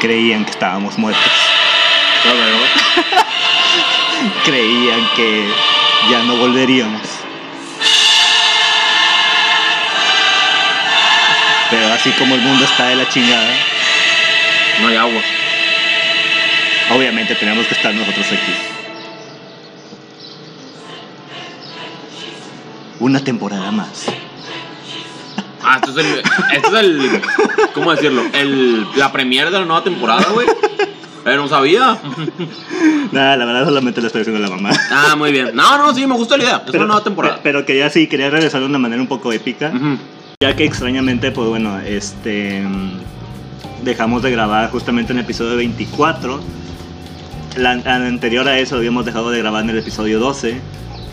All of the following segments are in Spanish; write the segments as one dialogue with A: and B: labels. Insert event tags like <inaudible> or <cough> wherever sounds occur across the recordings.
A: creían que estábamos muertos.
B: Lo veo.
A: Creían que ya no volveríamos. Pero así como el mundo está de la chingada,
B: No hay agua.
A: obviamente tenemos que estar nosotros aquí. Una temporada más.
B: Ah, esto es el. Esto es el. ¿Cómo decirlo? El, la premier de la nueva temporada, güey. Eh, no sabía.
A: Nada, la verdad solamente le estoy diciendo a la mamá.
B: Ah, muy bien. No, no, sí, me gusta la idea. Es una nueva temporada.
A: Pero quería sí, quería regresar de una manera un poco épica.
B: Ujú.
A: Ya que extrañamente, pues bueno, este. mm, Dejamos de grabar justamente en el episodio 24. La, al anterior a eso habíamos dejado de grabar en el episodio 12.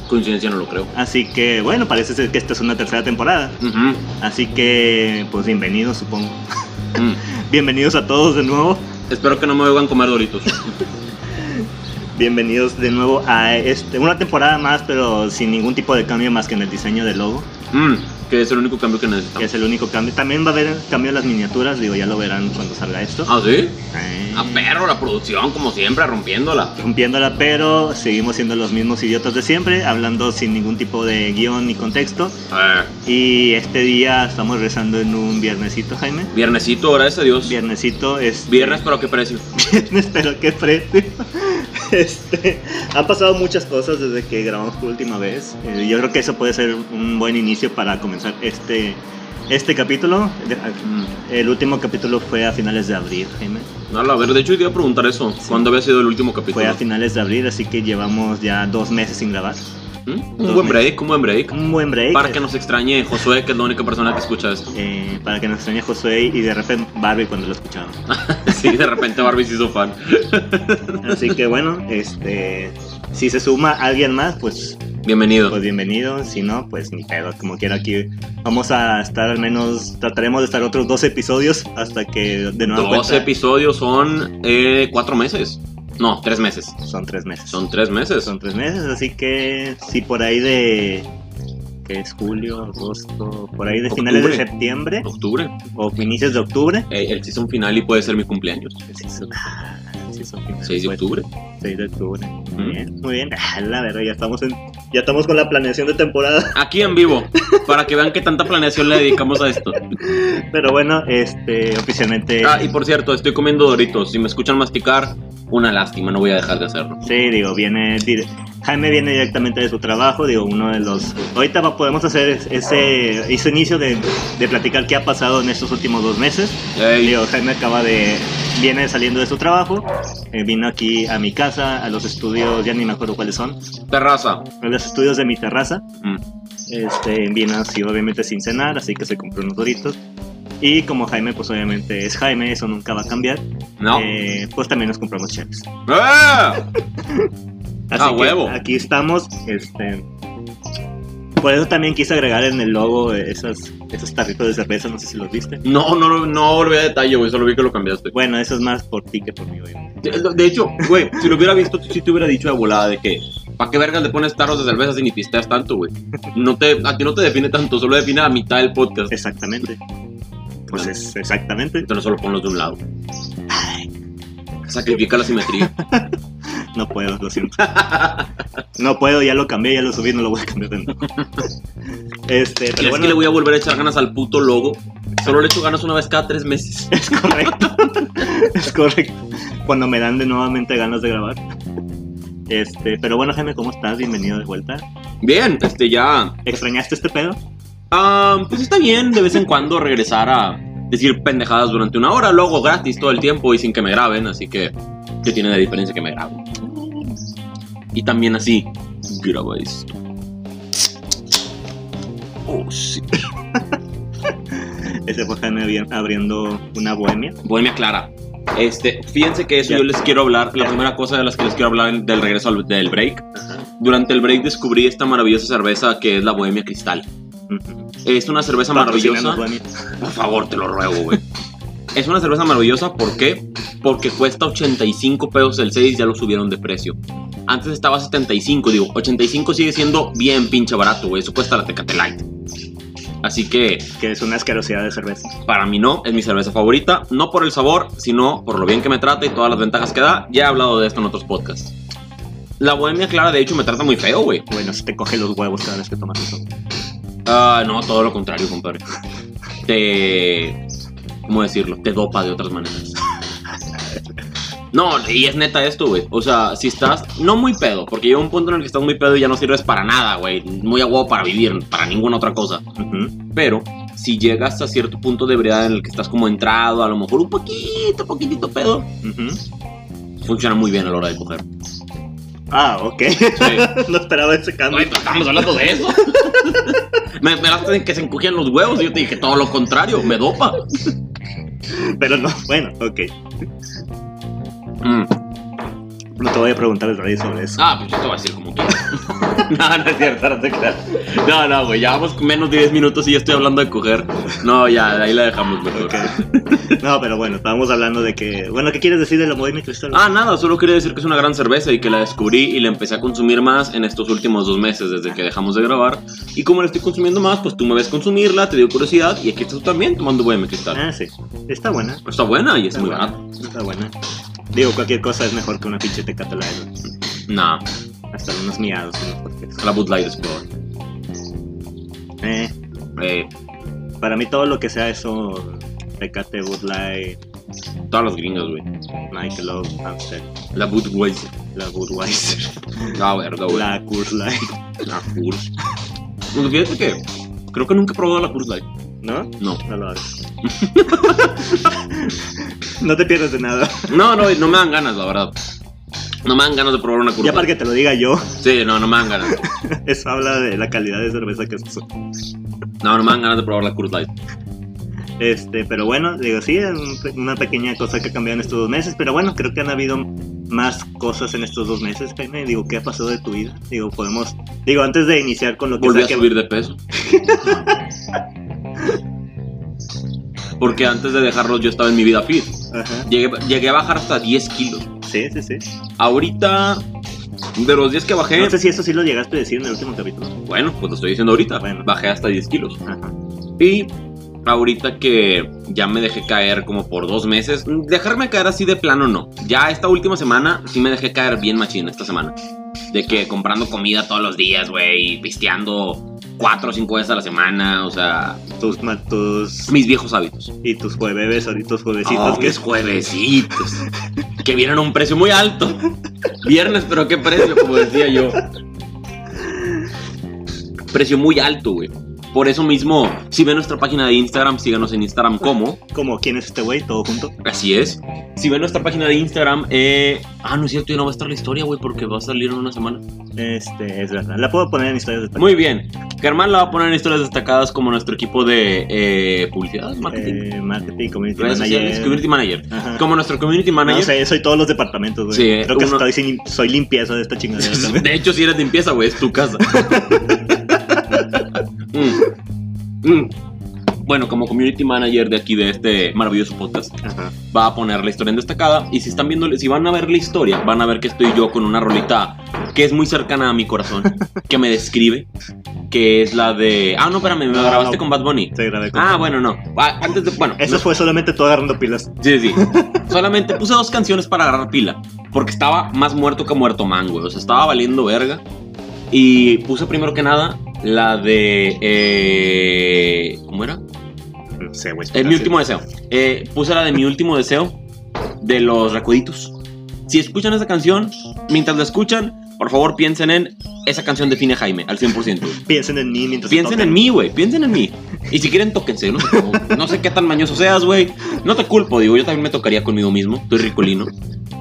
B: Coincidencia, no lo creo.
A: Así que, bueno, parece ser que esta es una tercera temporada.
B: Ujú.
A: Así que, pues bienvenidos, supongo. <laughs>
B: Mm.
A: Bienvenidos a todos de nuevo.
B: Espero que no me oigan comer doritos.
A: Bienvenidos de nuevo a este, una temporada más, pero sin ningún tipo de cambio más que en el diseño del logo.
B: Mm, que es el único cambio que
A: Que
B: necesitamos.
A: es el único cambio. También va a haber cambio en las miniaturas, digo, ya lo verán cuando salga esto.
B: ¿Ah, sí?
A: Eh,
B: A perro, la producción, como siempre, rompiéndola.
A: Rompiéndola, pero seguimos siendo los mismos idiotas de siempre, hablando sin ningún tipo de guión ni contexto.
B: Eh,
A: Y este día estamos rezando en un viernesito, Jaime.
B: viernesito, gracias a Dios.
A: Viernesito es...
B: Viernes, pero a qué precio.
A: <laughs> Viernes, pero qué precio. <laughs> Este, han pasado muchas cosas desde que grabamos por última vez. Eh, yo creo que eso puede ser un buen inicio para comenzar este, este capítulo. De-
B: Mm,
A: El último capítulo fue a finales de abril, Jaime.
B: No, a ver, de hecho, hoy te iba a preguntar eso. ¿Cuándo había sido el último capítulo?
A: Fue a finales de abril, así que llevamos ya dos meses sin grabar.
B: Mm, Un buen break, un buen break.
A: Un buen break.
B: Para que nos extrañe Josué, que es la única persona que escucha
A: <laughs>
B: esto.
A: Eh, para que nos extrañe Josué y de repente Barbie cuando lo escuchamos.
B: Sí, de repente Barbie se hizo fan.
A: Así que bueno, este, si se suma alguien más, pues,
B: Bienvenido.
A: pues bienvenido. Si no, pues ni pedo. Como quiera aquí vamos a estar al menos, trataremos de estar otros dos episodios hasta que de nuevo
B: 12 episodios son eh, cuatro meses. No, tres meses.
A: son tres meses.
B: Son tres meses.
A: Son tres meses, así que si por ahí de que es julio, agosto, por ahí de finales de
B: Octubre.
A: septiembre
B: Octubre.
A: o inicios de octubre.
B: Eh, el season final y puede ser mi cumpleaños.
A: Sí, son- ah, sí, son finales,
B: 6 de
A: pues.
B: octubre.
A: 6 de octubre. Muy
B: Mm.
A: bien, muy bien. Ah, la verdad, ya estamos, en, ya estamos con la planeación de temporada. <laughs>
B: Aquí en vivo, para que vean qué tanta planeación le dedicamos a esto.
A: Pero bueno, este, oficialmente.
B: Ah, y por cierto, estoy comiendo doritos. Si me escuchan masticar, una lástima, no voy a dejar de hacerlo.
A: Sí, digo, viene. dire- Jaime viene directamente de su trabajo, digo, uno de los. Ahorita va- podemos hacer es- ese, ese inicio de, de platicar qué ha pasado en estos últimos dos meses.
B: Ey,
A: Digo, Jaime acaba de. Viene saliendo de su trabajo, eh, vino aquí a mi casa, a los estudios, ya ni me acuerdo cuáles son,
B: terraza.
A: a los estudios de mi terraza.
B: Mm,
A: Este, vino así obviamente sin cenar, así que se compró unos doritos. Y como Jaime, pues obviamente es Jaime, eso nunca va a cambiar.
B: No.
A: eh, pues también nos compramos chips. Así
B: ¡Ah! Ah,
A: que
B: huevo.
A: aquí estamos. Este, por eso también quise agregar en el logo esas, esos tarritos de cerveza, no sé si los viste.
B: No, no, lo- no lo vi a detalle, güey. Solo vi que lo cambiaste.
A: Bueno, eso es más por ti que por mí, obviamente.
B: De, de hecho, güey, si lo hubiera visto, sí te hubiera dicho de volada de que. ¿Para qué vergas le pones tarros de cerveza si ni pisteas tanto, güey? No te, a ti no te define tanto, solo define a mitad del podcast.
A: Exactamente. Pues es exactamente.
B: Entonces solo ponlos de un lado. Sacrifica la simetría.
A: No puedo, lo siento. <laughs> No puedo, ya lo cambié, ya lo subí, no lo voy a cambiar de
B: <laughs>
A: nuevo. Este,
B: Y
A: pero
B: es
A: bueno,
B: que le voy a volver a echar ganas al puto logo. Solo le echo ganas una vez cada tres meses.
A: es correcto. <laughs> es correcto. Cuando me dan de nuevamente ganas de grabar. Este, pero bueno, Jaime, ¿cómo estás? Bienvenido de vuelta.
B: Bien, este ya.
A: ¿Extrañaste este pedo?
B: ah, pues está bien de vez en cuando regresar a decir pendejadas durante una hora, luego gratis todo el tiempo y sin que me graben. Así que, ¿qué tiene de diferencia que me graben? Y también así, graba esto. Oh, sí.
A: Ese fue Jaime abri- abriendo una bohemia.
B: Bohemia Clara. Este, fíjense que eso
A: Ya.
B: yo les quiero hablar. La
A: Ya.
B: primera cosa de las que les quiero hablar en- del regreso al, del break. Durante el break descubrí esta maravillosa cerveza que es la Bohemia Cristal.
A: Ujú.
B: Es una cerveza
A: Patrocinando
B: maravillosa.
A: bohemia.
B: Por favor, te lo ruego, güey. es una cerveza maravillosa, ¿por qué? Porque cuesta 85 pesos el 6, ya lo subieron de precio. Antes estaba 75, digo, 85 sigue siendo bien pinche barato, güey. Eso cuesta la Tecate Light. Así que
A: que es una asquerosidad de cerveza.
B: para mí no, es mi cerveza favorita. No por el sabor, sino por lo bien que me trata y todas las ventajas que da. Ya he hablado de esto en otros podcasts. La bohemia clara, de hecho, me trata muy feo, güey.
A: Bueno, se te coge los huevos cada vez que tomas eso.
B: Ah, no, todo lo contrario, compadre. Te. ¿Cómo decirlo? Te dopa de otras maneras. No, y es neta esto, güey. O sea, si estás no muy pedo, porque llega un punto en el que estás muy pedo y ya no sirves para nada, güey. Muy a huevo para vivir, para ninguna otra cosa.
A: Ujú.
B: Pero si llegas a cierto punto de ebriedad en el que estás como entrado, a lo mejor un poquito, poquitito pedo,
A: Ujú.
B: funciona muy bien a la hora de coger.
A: Ah, ok. <laughs> no esperaba ese cambio.
B: <laughs> Güey, pero estamos hablando de eso. <laughs> me, me hablaste de que se encogían los huevos y yo te dije todo lo contrario, me dopa.
A: Pero no, bueno, ok.
B: Mm.
A: No te voy a preguntar el radio sobre eso.
B: Ah, pues yo te voy a decir como quieras. <laughs> no, no es
A: <laughs>
B: cierto, no te creas. No, no, güey, ya vamos con menos de 10 minutos y ya estoy hablando de coger. No, ya, ahí la dejamos mejor.
A: Ok. No, pero bueno, estábamos hablando de que. Bueno, ¿qué quieres decir de la Bohemia Cristal?
B: Ah, nada, solo quería decir que es una gran cerveza y que la descubrí y la empecé a consumir más en estos últimos dos meses desde que dejamos de grabar. Y como la estoy consumiendo más, pues tú me ves consumirla, te dio curiosidad y aquí estás tú también tomando BM Cristal.
A: Ah, sí. Está buena.
B: Está buena y es
A: Está
B: muy
A: buena.
B: barata.
A: Está buena. Digo, cualquier cosa es mejor que una pinche tecate Light.
B: Nah,
A: Hasta unos miados, unos porquetes.
B: la Bud Light es peor.
A: Eh,
B: Eh,
A: para mí todo lo que sea eso. Tecate, Bud Light,
B: todas las gringas, güey.
A: Michelob, Amstel,
B: La Bud Weiss.
A: la Budweiser,
B: <laughs> La verga, güey.
A: la Coors Light,
B: La Curse. Fíjate que creo que nunca he probado la Curse Light.
A: ¿no?
B: No.
A: No lo hagas.
B: <laughs>
A: no te pierdes de nada.
B: No, no, no me dan ganas, la verdad. No me dan ganas de probar una Curse
A: Ya para que te lo diga yo, <laughs>
B: Sí, no, no me dan ganas.
A: eso habla de la calidad de cerveza que es eso.
B: No, no me dan ganas de probar la Curse Light.
A: Este, pero bueno, digo, sí, es un pe- una pequeña cosa que ha cambiado en estos dos meses, pero bueno, creo que han habido más cosas en estos dos meses, Jaime. Digo, ¿qué ha pasado de tu vida? Digo, podemos, digo, antes de iniciar con lo que
B: Volví a
A: sea que-
B: subir de peso. Porque antes de dejarlos yo estaba en mi vida fit.
A: Ajá,
B: Llegué, llegué a bajar hasta 10 kilos.
A: sí, sí, sí.
B: Ahorita, de los 10 que bajé,
A: No sé si eso sí lo llegaste a decir en el último capítulo.
B: bueno, pues lo estoy diciendo ahorita,
A: Bueno.
B: bajé hasta 10 kilos.
A: Ajá.
B: Y ahorita que ya me dejé caer como por dos meses, dejarme caer así de plano no. Ya esta última semana sí me dejé caer bien machín esta semana. De que comprando comida todos los días, güey, y pisteando cuatro o cinco veces a la semana, o sea,
A: Tus, ma- tus,
B: mis viejos hábitos.
A: y tus jueves, ahorita tus
B: Oh,
A: juevesitos, que
B: que es juevesitos. que vienen a un precio muy alto. Viernes, pero qué precio, como decía yo. Precio muy alto, güey. Por eso mismo, si ven nuestra página de Instagram, síganos en Instagram como.
A: como, ¿quién es este güey? Todo junto.
B: Así es. Si ven nuestra página de Instagram, eh. Ah, no es cierto, ya no va a estar la historia, güey, porque va a salir en una semana.
A: Este, es verdad. La puedo poner en historias de
B: Muy bien. Germán la va a poner en historias destacadas como nuestro equipo de eh, publicidad, marketing,
A: Eh, marketing, community
B: redes sociales,
A: manager.
B: community manager.
A: Ajá.
B: Como nuestro community manager.
A: No sé, soy todos los departamentos, güey.
B: Sí,
A: Creo que
B: uno-
A: estoy sin- soy limpieza de esta
B: <laughs>
A: chingadera también.
B: <laughs> De hecho, si eres limpieza, güey, es
A: <laughs>
B: tu casa. Mm. Mm. Bueno, como community manager de aquí de este maravilloso podcast,
A: Ajá.
B: va a poner la historia en destacada. Y si están viendo, si van a ver la historia, van a ver que estoy yo con una rolita que es muy cercana a
A: <laughs>
B: mi corazón, que me describe, que es la de. Ah, no, espérame, me
A: No,
B: grabaste
A: no.
B: con Bad Bunny.
A: Te grabé con-
B: Ah, bueno, no. Ah, Antes de. Bueno,
A: Eso
B: no-
A: fue solamente tú agarrando pilas. <laughs>
B: Sí, sí. Solamente puse dos canciones para agarrar pila. Porque estaba más muerto que muerto man, güey. O sea, estaba valiendo verga. Y puse primero que nada la de. eh, ¿Cómo era?
A: No sé, güey.
B: Es mi último deseo. Eh, puse la de mi último deseo de los Recoditos. Si escuchan esa canción, mientras la escuchan, por favor piensen en esa canción define a Jaime al 100%.
A: <laughs> Piensen en mí mientras.
B: Piensen
A: tocan.
B: en mí, güey. Piensen en mí. Y si quieren, tóquense. No, sé cómo- no sé qué tan mañoso seas, güey. No te culpo, digo. Yo también me tocaría conmigo mismo. Estoy ricolino.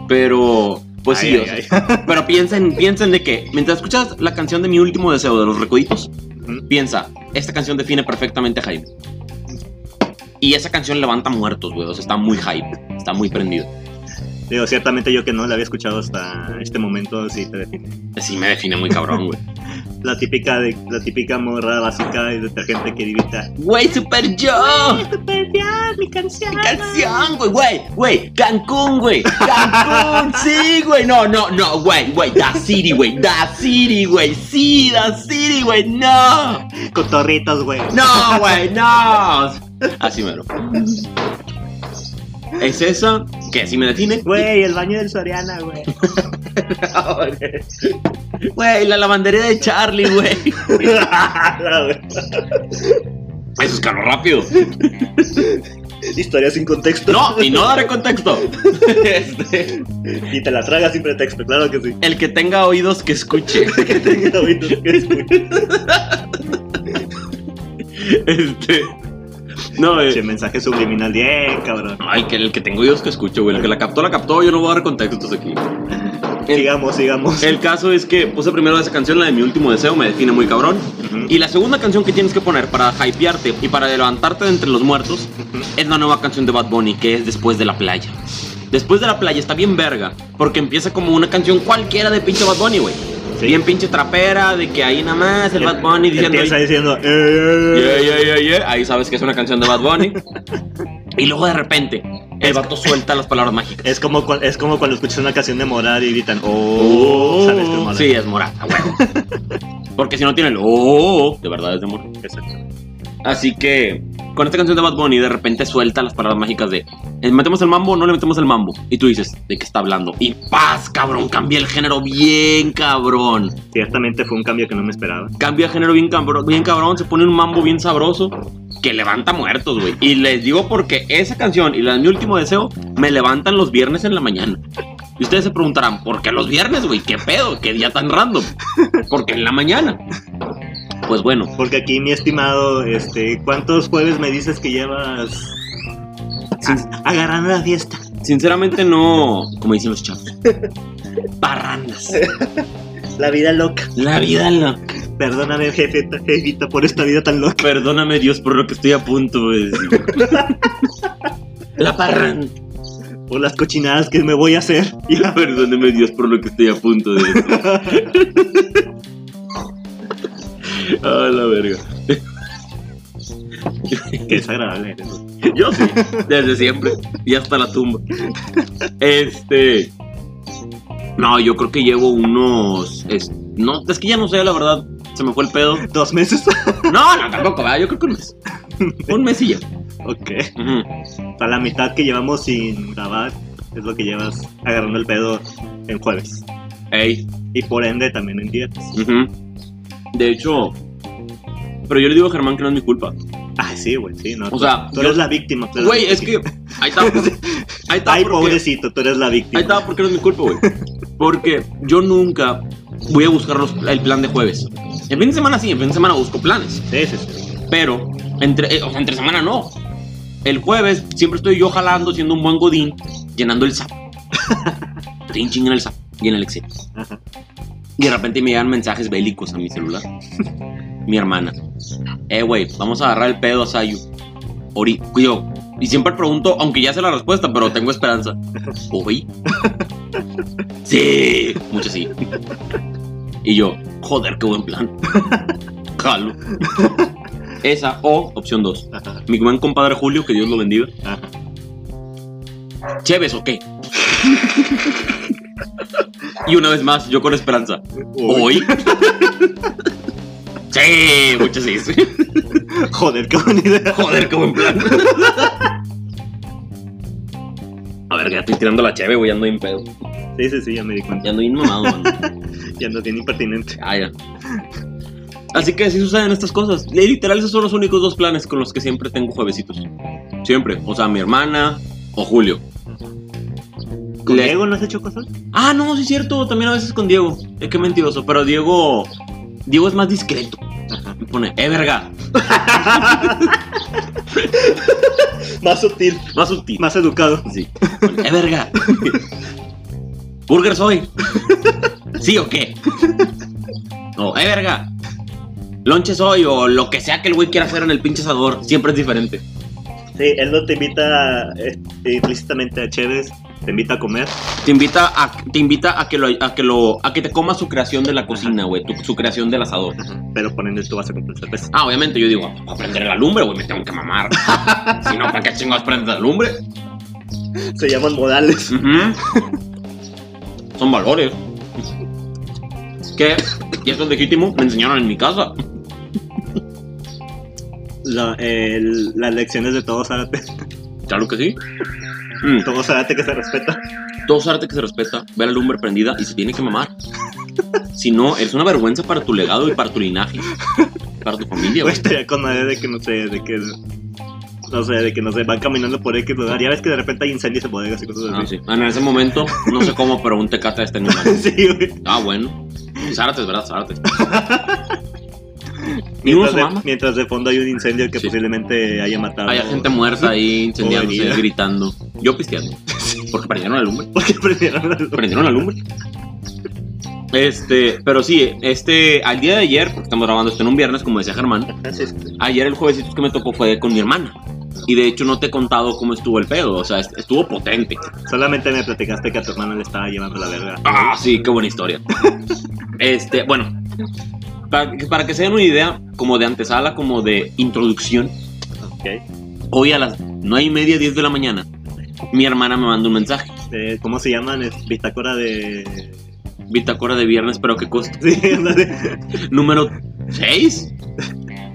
B: Pero, pues
A: Ay,
B: sí.
A: ay,
B: o sea,
A: ay.
B: Pero piensen, piensen de que mientras escuchas la canción de mi último deseo de los recoditos,
A: Ujú.
B: piensa, esta canción define perfectamente a Jaime. Y esa canción levanta muertos, güey. O sea, está muy hype. Está muy prendido.
A: Digo, ciertamente yo que no la había escuchado hasta este momento, sí te define.
B: Sí, me define muy cabrón, güey.
A: La típica, de, la típica morra básica y detergente que grita.
B: Güey, super yo.
A: ¡Super bien, mi canción!
B: Mi canción, güey, güey, güey, Cancún, güey, Cancún, sí, güey, no, no, no, güey, güey, Da City, güey, Da City, güey, sí, Da City, güey, no,
A: Cotorritos, güey.
B: no, güey, no. Así mero. Es eso que si me define,
A: Güey, el baño del Soriana, güey.
B: <laughs>
A: <laughs>
B: güey, la lavandería de Charlie, güey.
A: La güey.
B: Eso es caro rápido.
A: Historia sin contexto.
B: No, y no daré contexto. Este,
A: <laughs> Y te la tragas sin pretexto, claro que sí.
B: el que tenga oídos que escuche.
A: Que tenga oídos que escuchen.
B: Este. No, eh,
A: Che, mensaje subliminal bien, cabrón.
B: Ay, que el que tengo Dios que escucho, güey. El que la captó, la captó. Yo no voy a dar contextos aquí. El,
A: Sigamos, sigamos.
B: el caso es que puse primero esa canción, la de mi último deseo, me define muy cabrón.
A: Ujú.
B: Y la segunda canción que tienes que poner para hypearte y para levantarte de entre los muertos es la nueva canción de Bad Bunny, que es Después de la playa. Después de la playa está bien verga, porque empieza como una canción cualquiera de pinche Bad Bunny, güey.
A: Sí.
B: Bien pinche trapera, de que ahí nada más el Bad Bunny diciendo...
A: Empieza diciendo. eh,
B: Yeah,
A: eh, eh.
B: yeah, yeah, yeah. Ahí sabes que es una canción de Bad
A: <laughs>
B: Bunny. y luego de repente, el vato suelta las palabras mágicas.
A: Es como, cua- es como cuando escuchas una canción de Morar y gritan, oh, sabes que es Morat.
B: Sí, es morada, huevo. Porque si no tiene el oh, oh, oh, de verdad es de morada. Así que con esta canción de Bad Bunny, de repente suelta las palabras mágicas de "Eh, metemos el mambo, no le metemos el mambo. Y tú dices, ¿de qué está hablando? Y paz, cabrón, cambia el género bien, cabrón.
A: Ciertamente fue un cambio que no me esperaba.
B: Cambia de género bien cabrón, bien cabrón, se pone un mambo bien sabroso que levanta muertos, güey. Y les digo porque esa canción y la de mi último deseo me levantan los viernes en la mañana. Y ustedes se preguntarán, ¿por qué los viernes, güey? ¿Qué pedo? ¿Qué día tan random? Porque en la mañana. Pues bueno,
A: Porque aquí, mi estimado, este, ¿cuántos jueves me dices que llevas a- agarrando la fiesta?
B: sinceramente no, como dicen los chavos, parrandas.
A: La vida loca.
B: La vida loca.
A: Perdóname, jefe, jefita, por esta vida tan loca.
B: Perdóname Dios por lo que estoy a punto de decir. La parranda. <laughs>
A: Por las cochinadas que me voy a hacer.
B: Y la perdóneme Dios por lo que estoy a punto de decir. Ah, la verga.
A: Qué desagradable eres.
B: Yo sí, desde siempre y hasta la tumba. Este. No, yo creo que llevo unos. es- no, es que ya no sé, la verdad. Se me fue el pedo.
A: Dos meses. <laughs>
B: No, no, tampoco, ¿verdad? Yo creo que un mes. Un mes y ya.
A: ok.
B: Ujú.
A: Para la mitad que llevamos sin grabar, es lo que llevas agarrando el pedo en jueves.
B: Ey.
A: Y por ende también en viernes.
B: Ujú. De hecho. Pero yo le digo a Germán que no es mi culpa.
A: Ah, sí, güey, sí, no.
B: O sea,
A: tú eres
B: yo-
A: la víctima. tú eres
B: Güey,
A: la
B: es que.
A: víctima. <laughs>
B: Ahí está. Ahí está.
A: Ay,
B: porque-
A: pobrecito, tú eres la víctima.
B: Ahí estaba porque no es mi culpa, güey. Porque yo nunca voy a buscar los- el plan de jueves. En fin de semana sí, en fin de semana busco planes.
A: Sí, sí, sí.
B: Pero entre, eh, o sea, entre semana no. El jueves siempre estoy yo jalando, siendo un buen godín, llenando el SAP. Estoy en chinga en el SAP y en el Excel.
A: Ajá.
B: Y de repente me llegan mensajes bélicos a mi celular. mi hermana. Eh, güey, vamos a agarrar el pedo a Sayu. Ori, yo. Y siempre pregunto, aunque ya sé la respuesta, pero tengo esperanza. ¿Hoy? sí, mucho sí. Y yo, joder, qué buen plan. Jalo. Esa o opción 2.
A: Ajá,
B: Mi buen compadre Julio, que Dios lo bendiga.
A: ajá.
B: ¿Cheves o qué? y una vez más, yo con esperanza.
A: Uy,
B: ¿Hoy? <laughs> sí, muchas sí. sí.
A: Joder, qué buena idea.
B: Joder, qué buen plan. A ver, ya estoy tirando la cheve, güey, ya ando en pedo.
A: Sí, sí, sí, ya me di cuenta.
B: Ya ando bien mamado, man.
A: Ya no tiene impertinente.
B: Ah, ya. Así que así suceden estas cosas. Y Literal, esos son los únicos dos planes con los que siempre tengo juevesitos. Siempre. O sea, mi hermana o Julio.
A: ¿Con
B: Le-
A: Diego no has hecho cosas?
B: Ah, no, sí es cierto. También a veces con Diego. Es que mentiroso. Pero Diego. Diego es más discreto.
A: Ajá.
B: Me pone, eh, verga.
A: Más sutil,
B: Más sutil.
A: más educado.
B: Sí. Me pone, eh, verga. <laughs> Burger soy. ¿Sí o qué? No, eh, verga. Lonches hoy o lo que sea que el güey quiera hacer en el pinche asador. Siempre es diferente.
A: Sí, él no te invita eh, implícitamente a Chévez, Te invita a comer.
B: Te invita a, te invita a que lo, a que lo, a que te comas su creación de la cocina, güey, tu- su creación del asador.
A: Ajá. Pero por ende tú vas a comprar cerveza.
B: Ah, obviamente, yo digo, para prender la lumbre, güey, me tengo que mamar. si no, ¿para qué chingados prendes la lumbre?
A: Se llaman modales.
B: Ujú. Son valores. Que, y eso es legítimo, me enseñaron en mi casa.
A: La- el- las lecciones de todo Zárate.
B: Claro que sí. Mm.
A: Todo Zárate que se respeta.
B: Todo es arte que se respeta, ve la lumbre prendida y se tiene que mamar. Si no, es una vergüenza para tu legado y para tu linaje. Para tu familia,
A: Güey,
B: güey.
A: estaría con madre de que no sé, de que. No sé, de que no sé, van caminando por X lugar. Ya ves que de repente hay incendios en bodegas y cosas
B: Ah,
A: así.
B: sí. Ah, En ese momento, no sé cómo, pero un tecate este está en mi
A: <laughs>
B: mano.
A: Sí, güey.
B: Ah, bueno. Zárate, es verdad, Zárate.
A: <laughs>
B: Ni uno
A: mientras,
B: se mama.
A: de, mientras de fondo hay un incendio que
B: Sí.
A: posiblemente haya matado.
B: Hay gente muerta ahí incendiándose,
A: herida.
B: gritando. Yo pisteando. Porque prendieron la lumbre.
A: <laughs> Porque prendieron la luz.
B: Prendieron la lumbre. Este, pero sí, este, al día de ayer, porque estamos grabando esto en un viernes, como decía Germán,
A: Así es.
B: Ayer el juevesito que me tocó fue con mi hermana. Y de hecho no te he contado cómo estuvo el pedo. O sea, est- estuvo potente.
A: Solamente me platicaste que a tu hermana le estaba llevando la verga.
B: Ah, sí, qué buena historia. Este, bueno. Para, que- para que se den una idea, como de antesala, como de introducción,
A: Ok.
B: hoy a las 9 y media, 10 de la mañana, mi hermana me mandó un mensaje.
A: Eh, ¿Cómo se llaman? Es bitácora de. <laughs>
B: Bitácora de viernes, pero que costa.
A: Sí, ándale.
B: Número 6,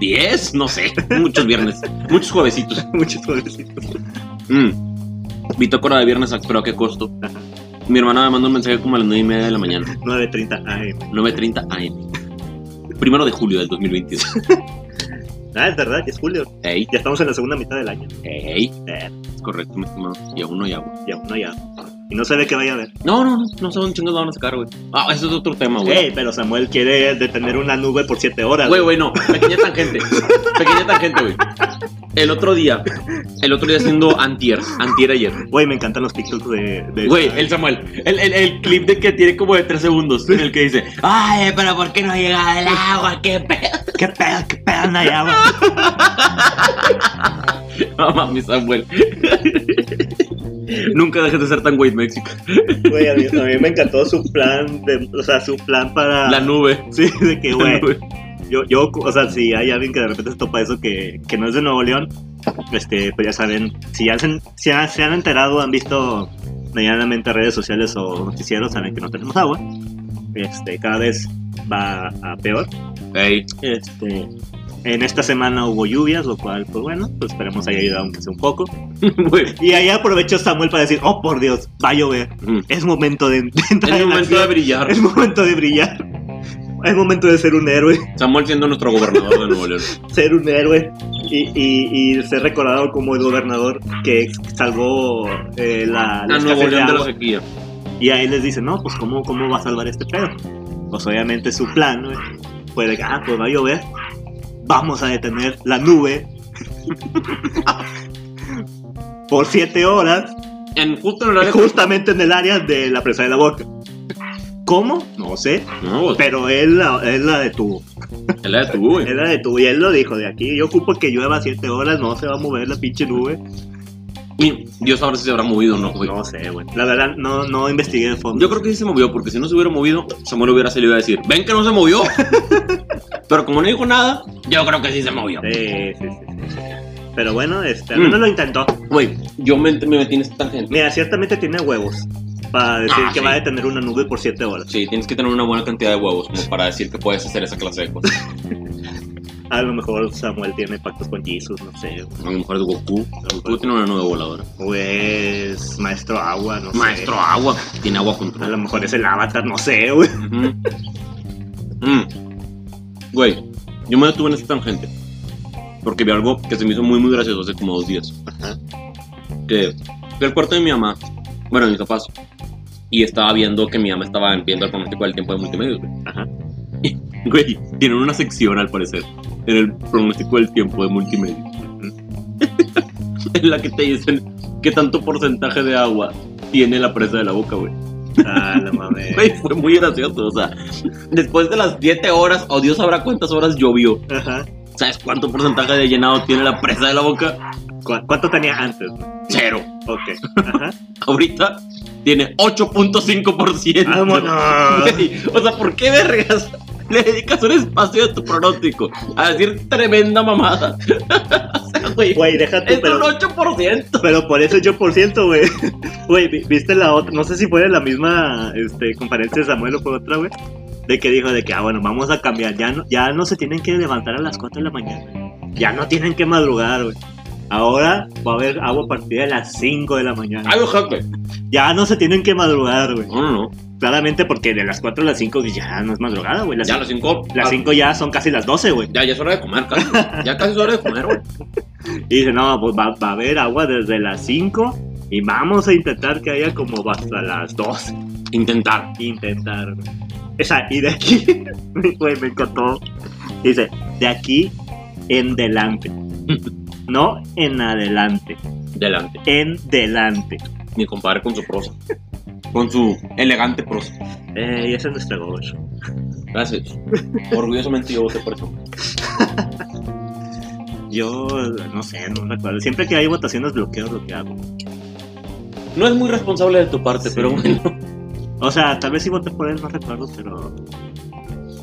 B: 10, no sé. Muchos viernes, muchos juevesitos.
A: <laughs> Muchos pobrecitos.
B: Mm. Bitácora de viernes, pero a qué costo. Mi hermana me mandó un mensaje como a las 9 y media de la mañana,
A: 9.30 AM.
B: 9.30 AM. Primero de julio del 2022.
A: Ah, es verdad, ya es julio.
B: Ey,
A: Ya estamos en la segunda mitad del año.
B: ey,
A: Eh,
B: es correcto, mi estimado. Y aún no hay agua.
A: ya uno ya. Y no se ve que vaya a haber.
B: No, no, no, no sé dónde chingados la van a sacar, güey. Ah, eso es otro tema, güey.
A: Ey, pero Samuel quiere detener una nube por 7 horas.
B: Güey, güey, no, pequeña tangente. pequeña tangente, güey. El otro día, el otro día siendo antier, antier ayer.
A: Güey, me encantan los TikToks de. de-
B: Güey, el Samuel, el, el, el clip de que tiene como de 3 segundos en el que dice, "Ah, ay, pero ¿por qué no llega el agua? ¿Qué pedo?
A: ¿Qué pedo? ¿Qué pedo? No hay agua.
B: <laughs> No mames, Samuel. Nunca dejes de ser tan güey México.
A: Güey, a mí, a mí me encantó su plan, de, o sea, su plan para...
B: La nube.
A: Ah. <laughs> Sí, de que,
B: La
A: güey,
B: nube.
A: yo, yo, o sea, si hay alguien que de repente se topa eso que, que no es de Nuevo León, este, pues ya saben, si ya se, si ya se han enterado, han visto medianamente redes sociales o noticieros, saben que no tenemos agua, este, cada vez va a peor,
B: Ey,
A: este... En esta semana hubo lluvias, lo cual, pues bueno, pues esperemos haya ayudado aunque sea un poco.
B: <laughs> güey.
A: Y ahí aprovechó Samuel para decir, oh por Dios, va a llover.
B: Mm.
A: <laughs> Es momento de, de
B: Es
A: entrar
B: el
A: en
B: momento de
A: acción.
B: brillar.
A: Es momento de brillar. Es momento de ser un héroe. <laughs>
B: Samuel siendo nuestro gobernador de Nuevo León.
A: Ser un héroe. Y, y- y ser recordado como el gobernador que salvó eh, la, la
B: A Ah, Nuevo
A: escasez de
B: León de la
A: agua.
B: sequía.
A: Y ahí les dice, no, pues ¿cómo, cómo va a salvar este pedo? Pues obviamente su plan güey, fue de que, ah, pues va a llover. Vamos a detener la nube. <laughs> Por siete horas.
B: En justo en el
A: <laughs>
B: área.
A: justamente en el área de la presa de la boca. ¿Cómo? No sé,
B: No, güey,
A: pero él la, él la detuvo.
B: el área de tu, güey.
A: Él la detuvo y él lo dijo, de aquí yo ocupo que llueva siete horas, no se va a mover la pinche nube.
B: Y Dios sabrá si se habrá movido o no, güey.
A: No sé, güey. La verdad, no, no investigué de fondo.
B: Yo creo que sí se movió, porque si no se hubiera movido, Samuel hubiera salido a decir, ven que no se
A: <laughs>
B: movió. Pero como no dijo nada, yo creo que sí se movió.
A: Sí, sí, sí, sí, sí. Pero bueno, este, al menos
B: Mm.
A: lo intentó.
B: Güey, yo me, me metí en esta tangente.
A: Mira, ciertamente tiene huevos para decir
B: Ah,
A: que
B: sí.
A: va a detener una nube por siete horas.
B: Sí, tienes que tener una buena cantidad de huevos como para decir que puedes hacer esa clase de cosas.
A: A lo mejor Samuel tiene pactos con Jesus, no sé.
B: A lo mejor es Goku. Goku tiene una nueva voladora.
A: O es maestro agua, no sé.
B: Maestro Agua. Tiene agua
A: A
B: control.
A: lo mejor es el avatar, no sé, güey.
B: Ujú. Mm. Güey, yo me detuve en esta tangente. Porque vi algo que se me hizo muy, muy gracioso hace como dos días.
A: Ajá.
B: Que fui al cuarto de mi mamá. Bueno, de mis papás. Y estaba viendo que mi mamá estaba viendo el pronóstico del tiempo de multimedia.
A: Ajá.
B: <laughs> Güey, tienen una sección al parecer en el pronóstico del tiempo de multimedia. <laughs> en la que te dicen qué tanto porcentaje de agua tiene la presa de la boca, güey.
A: Ah, no mames.
B: Güey, fue muy gracioso, o sea, después de las 7 horas, o Dios sabrá cuántas horas llovió,
A: Ajá.
B: ¿sabes cuánto porcentaje de llenado tiene la presa de la boca?
A: ¿Cu- ¿Cuánto tenía antes?
B: <laughs> Cero.
A: Ok. Ajá.
B: Ahorita tiene 8.5%.
A: Ah, Vámonos.
B: Güey, O sea, ¿por qué vergas le dedicas un espacio de tu pronóstico a decir tremenda mamada? <laughs> o sea, güey.
A: Güey, deja tú,
B: Es
A: pero,
B: un 8%.
A: <laughs> pero por eso yo por ciento, güey. <laughs> Güey, vi- viste la otra, no sé si fue de la misma este, conferencia de Samuel o fue otra, güey. De que dijo de que, ah, bueno, vamos a cambiar. Ya no, ya no se tienen que levantar a las 4 de la mañana. Ya no tienen que madrugar, güey. Ahora va a haber agua a partir de las 5 de la mañana.
B: Ay, ojate.
A: Ya no se tienen que madrugar, güey.
B: No, no, no.
A: Claramente porque de las 4 a las 5 ya no es madrugada, güey. Las
B: Ya a las 5.
A: Las 5 ya son casi las 12, güey.
B: Ya, ya es hora de comer, casi. Ya casi es hora de comer, güey.
A: Y dice, no, pues va, va a haber agua desde las 5 y vamos a intentar que haya como hasta las 12.
B: Intentar.
A: Intentar, güey. Esa, y de aquí, <laughs> güey, me encantó. Dice, de aquí en delante. <laughs> No en adelante,
B: Delante.
A: en delante.
B: Mi compadre con su prosa. Con su elegante prosa.
A: Eh, y ese es nuestro gol.
B: Gracias. Orgullosamente yo voté por eso.
A: Yo, no sé, no recuerdo. Siempre que hay votaciones bloqueo lo que hago.
B: No es muy responsable de tu parte,
A: Sí.
B: pero bueno.
A: O sea, tal vez si voté por él, no recuerdo, pero...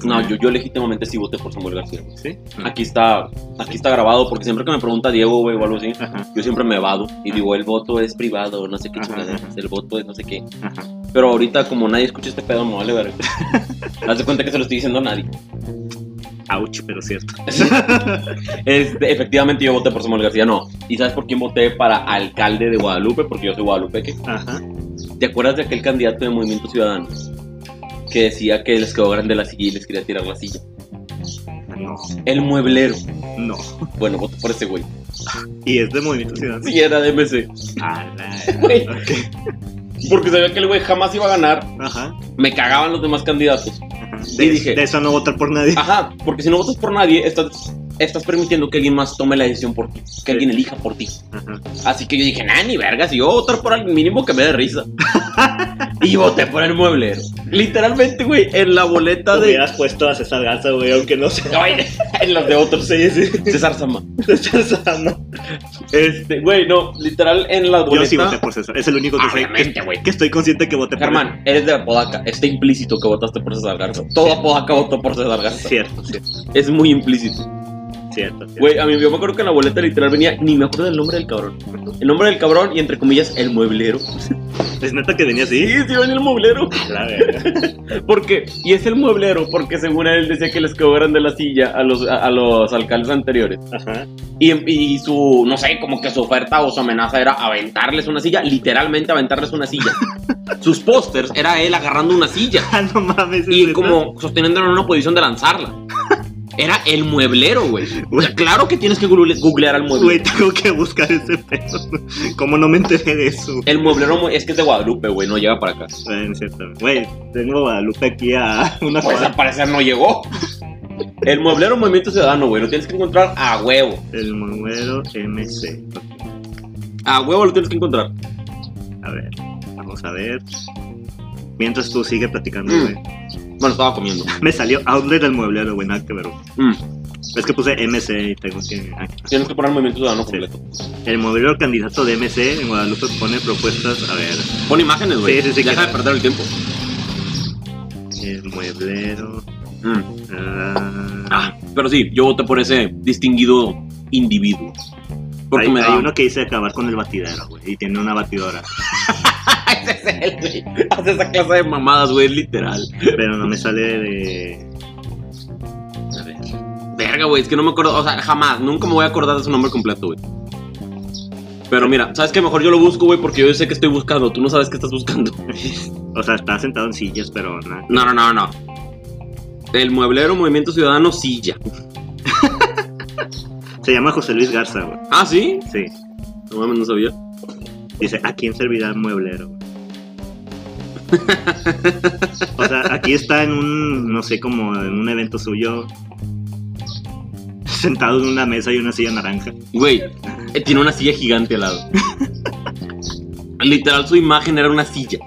B: No, yo, yo legítimamente sí voté por Samuel García.
A: ¿Sí?
B: Aquí está, aquí está grabado porque siempre que me pregunta Diego, güey, o algo así,
A: Ajá,
B: yo siempre me vado y digo, el voto es privado, no sé qué
A: Ajá, ajá.
B: chingaderas, el voto es no sé qué.
A: ajá.
B: Pero ahorita, como nadie escucha este pedo, me
A: <laughs>
B: vale ver. Haz de cuenta que se lo estoy diciendo a nadie. <laughs>
A: Ouch, pero cierto.
B: Este, efectivamente, yo voté por Samuel García, no. ¿Y sabes por quién voté para alcalde de Guadalupe? Porque yo soy guadalupeque.
A: Ajá.
B: ¿Te acuerdas de aquel candidato de Movimiento Ciudadano que decía que les quedó grande la silla y les quería tirar la silla?
A: No,
B: El mueblero.
A: no.
B: Bueno, voté por ese güey.
A: Y es de Movimiento Ciudadano.
B: Sí, era de MC.
A: Ah, la-
B: <laughs> Güey.
A: ok.
B: Porque sabía que el güey jamás iba a ganar.
A: Ajá.
B: Me cagaban los demás candidatos.
A: ajá.
B: Y
A: De,
B: dije- Ah.
A: de eso no votar por nadie.
B: Ajá, porque si no votas por nadie, estás, estás permitiendo que alguien más tome la decisión por ti. Que alguien elija por ti.
A: Ajá.
B: Así que yo dije, nah, ni verga, si yo voy a votar por alguien mínimo que me
A: <laughs>
B: dé risa. y voté por el mueblero. Literalmente, güey, en la boleta de...
A: Hubieras puesto a César Garza, güey, aunque no sea.
B: Ay, en las de otros.
A: Sí, sí.
B: César Sama.
A: César Sama.
B: Este, güey, no, literal en la boleta.
A: Yo sí voté por César. Es el único que sé.
B: Obviamente, güey.
A: Que, que estoy consciente que voté por
B: Germán, eres de Apodaca. Está implícito que votaste por César Garza. Todo Apodaca votó por César
A: él.
B: Garza.
A: Cierto, cierto,
B: Es muy implícito.
A: cierto. cierto.
B: Güey, a mí yo me acuerdo que en la boleta literal venía, ni me acuerdo del nombre del cabrón. El nombre del cabrón y entre comillas, el mueblero.
A: Es neta que venía
B: Sí,
A: así.
B: sí, venía el mueblero.
A: A La verga.
B: Porque, y es el mueblero, porque según él decía que les quedó grande la silla a los, a, a los alcaldes anteriores.
A: Ajá.
B: Y, y su, no sé, como que su oferta o su amenaza era aventarles una silla, literalmente aventarles
A: <laughs>
B: una silla. Sus pósters era él agarrando una silla
A: Ah, no mames. es
B: y
A: neta.
B: como sosteniéndola en una posición de lanzarla. Era el mueblero, güey. O sea, claro que tienes que google- googlear al mueblero.
A: Güey, tengo que buscar ese pedo. ¿Cómo no me enteré de eso?
B: El mueblero mu- es que es de Guadalupe, güey, no llega para acá.
A: Bueno, es cierto. Güey, tengo a Guadalupe aquí a una
B: Pues
A: cuadra.
B: al parecer no llegó. El mueblero Movimiento Ciudadano, güey, lo tienes que encontrar a huevo.
A: El Manuelo MC. Ok.
B: A huevo lo tienes que encontrar.
A: A ver, vamos a ver. Mientras tú sigue platicando,
B: Mm.
A: güey.
B: Bueno, estaba comiendo.
A: Me salió Outlet del mueblero, güey, nada que ver. güey.
B: Mm.
A: Es que puse MC y tengo que... ah,
B: Tienes que poner movimiento ciudadano
A: Sí.
B: completo.
A: El mueblero candidato de MC en Guadalupe pone propuestas, a ver,
B: Pon imágenes, güey.
A: Sí, sí, sí,
B: Deja
A: que-
B: de perder el tiempo.
A: el mueblero...
B: Mm.
A: ah,
B: Ah, pero sí, yo voté por ese distinguido individuo. Porque
A: hay,
B: me
A: hay
B: da.
A: uno que dice acabar con el batidero, güey, y tiene una batidora,
B: <laughs> Ese es él, güey. Hace esa clase de mamadas, güey, literal.
A: pero no me sale de... A ver,
B: Verga, güey, es que no me acuerdo. O sea, jamás, nunca me voy a acordar de su nombre completo, güey. Pero mira, ¿sabes qué? Mejor yo lo busco, güey, porque yo sé que estoy buscando. Tú no sabes qué estás buscando. <laughs>
A: o sea, está sentado en sillas, pero nada.
B: No, no, no, no. El mueblero Movimiento Ciudadano Silla.
A: Se llama José Luis Garza, güey,
B: Ah, sí.
A: sí.
B: No mames, no sabía.
A: Dice, ¿a quién servirá el mueblero? o sea, aquí está en un, no sé, como en un evento suyo, sentado en una mesa y una silla naranja. <laughs>
B: Güey, eh, tiene una silla gigante al lado. Literal, su imagen era una silla.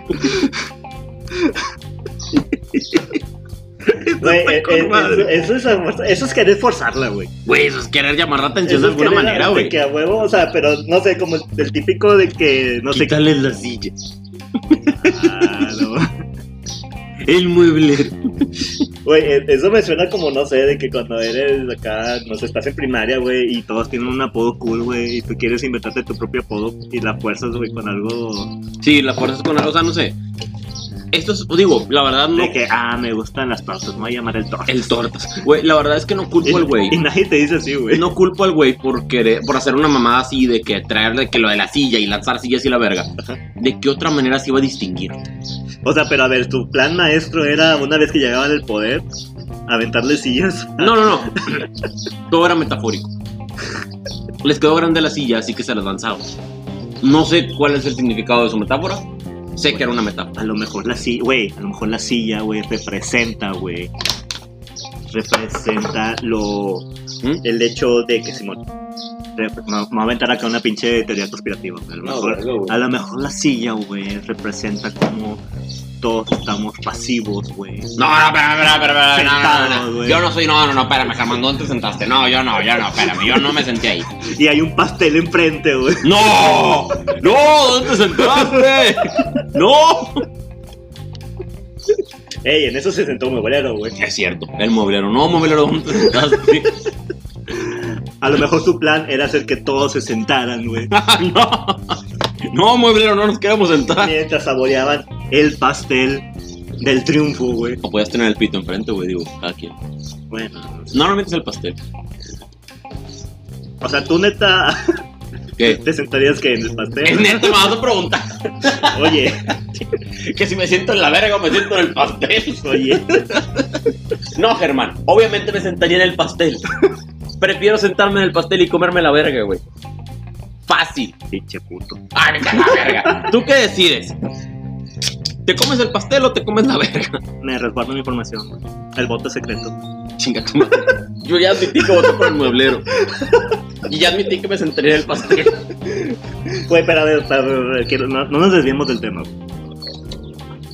A: Güey,
B: está
A: eh,
B: con
A: eh, eso,
B: madre.
A: eso es, almuerzo- eso es querer forzarla, güey.
B: Güey, eso es querer llamar la
A: Eso
B: atención de
A: es
B: alguna
A: querer-
B: manera,
A: de
B: güey.
A: Que a huevo, o sea, pero no sé, como el, el típico de que, no sé,
B: Quítales la silla.
A: Claro.
B: El mueblero.
A: Güey, e- eso me suena como, no sé, de que cuando eres acá, no sé, estás en primaria, güey, y todos tienen un apodo cool, güey, y tú quieres inventarte tu propio apodo y la fuerzas, güey, con algo
B: Sí, la fuerza es con algo, o sea, no sé. Esto es, digo, la verdad no.
A: de que, ah, me gustan las tortas, me voy a llamar el tortas.
B: El tortas. Güey, la verdad es que no culpo al güey.
A: Y nadie te dice así, güey.
B: No culpo al güey por querer, por hacer una mamada así de que traerle que lo de la silla y lanzar sillas y la verga.
A: Ajá.
B: ¿De qué otra manera se iba a distinguir?
A: O sea, pero a ver, tu plan maestro era, una vez que llegaban al poder, aventarle sillas.
B: No,
A: <laughs>
B: no, no. Todo era metafórico. Les quedó grande la silla, así que se las lanzaron. No sé cuál es el significado de su metáfora. Sé que era una metáfora.
A: A lo mejor la silla, güey, a lo mejor la silla, güey, representa, güey. Representa lo.
B: ¿Mm?
A: El hecho de que Simón. Me me voy a aventar acá una pinche teoría conspirativa. güey. A lo
B: No,
A: mejor,
B: güey, no, güey.
A: a lo mejor la silla, güey, representa como todos estamos pasivos, güey.
B: No, no, espera, espera, espera, espera, no, no,
A: Sentado,
B: no, no.
A: güey.
B: Yo no soy, no, no, no, espérame, Germán, ¿dónde te sentaste? No, yo no, yo no, espérame, yo no me senté ahí.
A: Y hay un pastel enfrente, güey.
B: ¡No! ¡No! ¿Dónde te sentaste? ¡No!
A: Ey, en eso se sentó muy bueno, güey.
B: Es cierto, el mobilero, no, mobilero, ¿dónde te sentaste? <laughs>
A: A lo mejor su plan era hacer que todos se sentaran, güey.
B: no, no, mobilero, no nos queremos sentar.
A: Mientras saboreaban el pastel del triunfo, güey.
B: No podías tener el pito enfrente, güey, digo, cada quien.
A: Bueno,
B: Normalmente es el pastel.
A: o sea, tú neta <laughs>
B: ¿Qué?
A: te sentarías que en el
B: Es
A: pastel.
B: neta, me vas a preguntar
A: Oye,
B: que si me siento en la verga o me siento en el pastel.
A: oye.
B: No, Germán, obviamente me sentaría en el <laughs> pastel. Prefiero sentarme en el pastel y comerme la verga, güey. Fácil.
A: Pinche puto.
B: Ay, vete a la verga. ¿Tú qué decides? ¿Te comes el pastel o te comes la verga?
A: Me resguardo mi información, güey. El voto secreto.
B: <laughs> Chinga tu madre. Yo ya admití que voté por el mueblero. Y ya admití que me sentaría en el pastel.
A: Güey, pero a ver, a ver, quiero- no, no nos desviemos del tema. güey.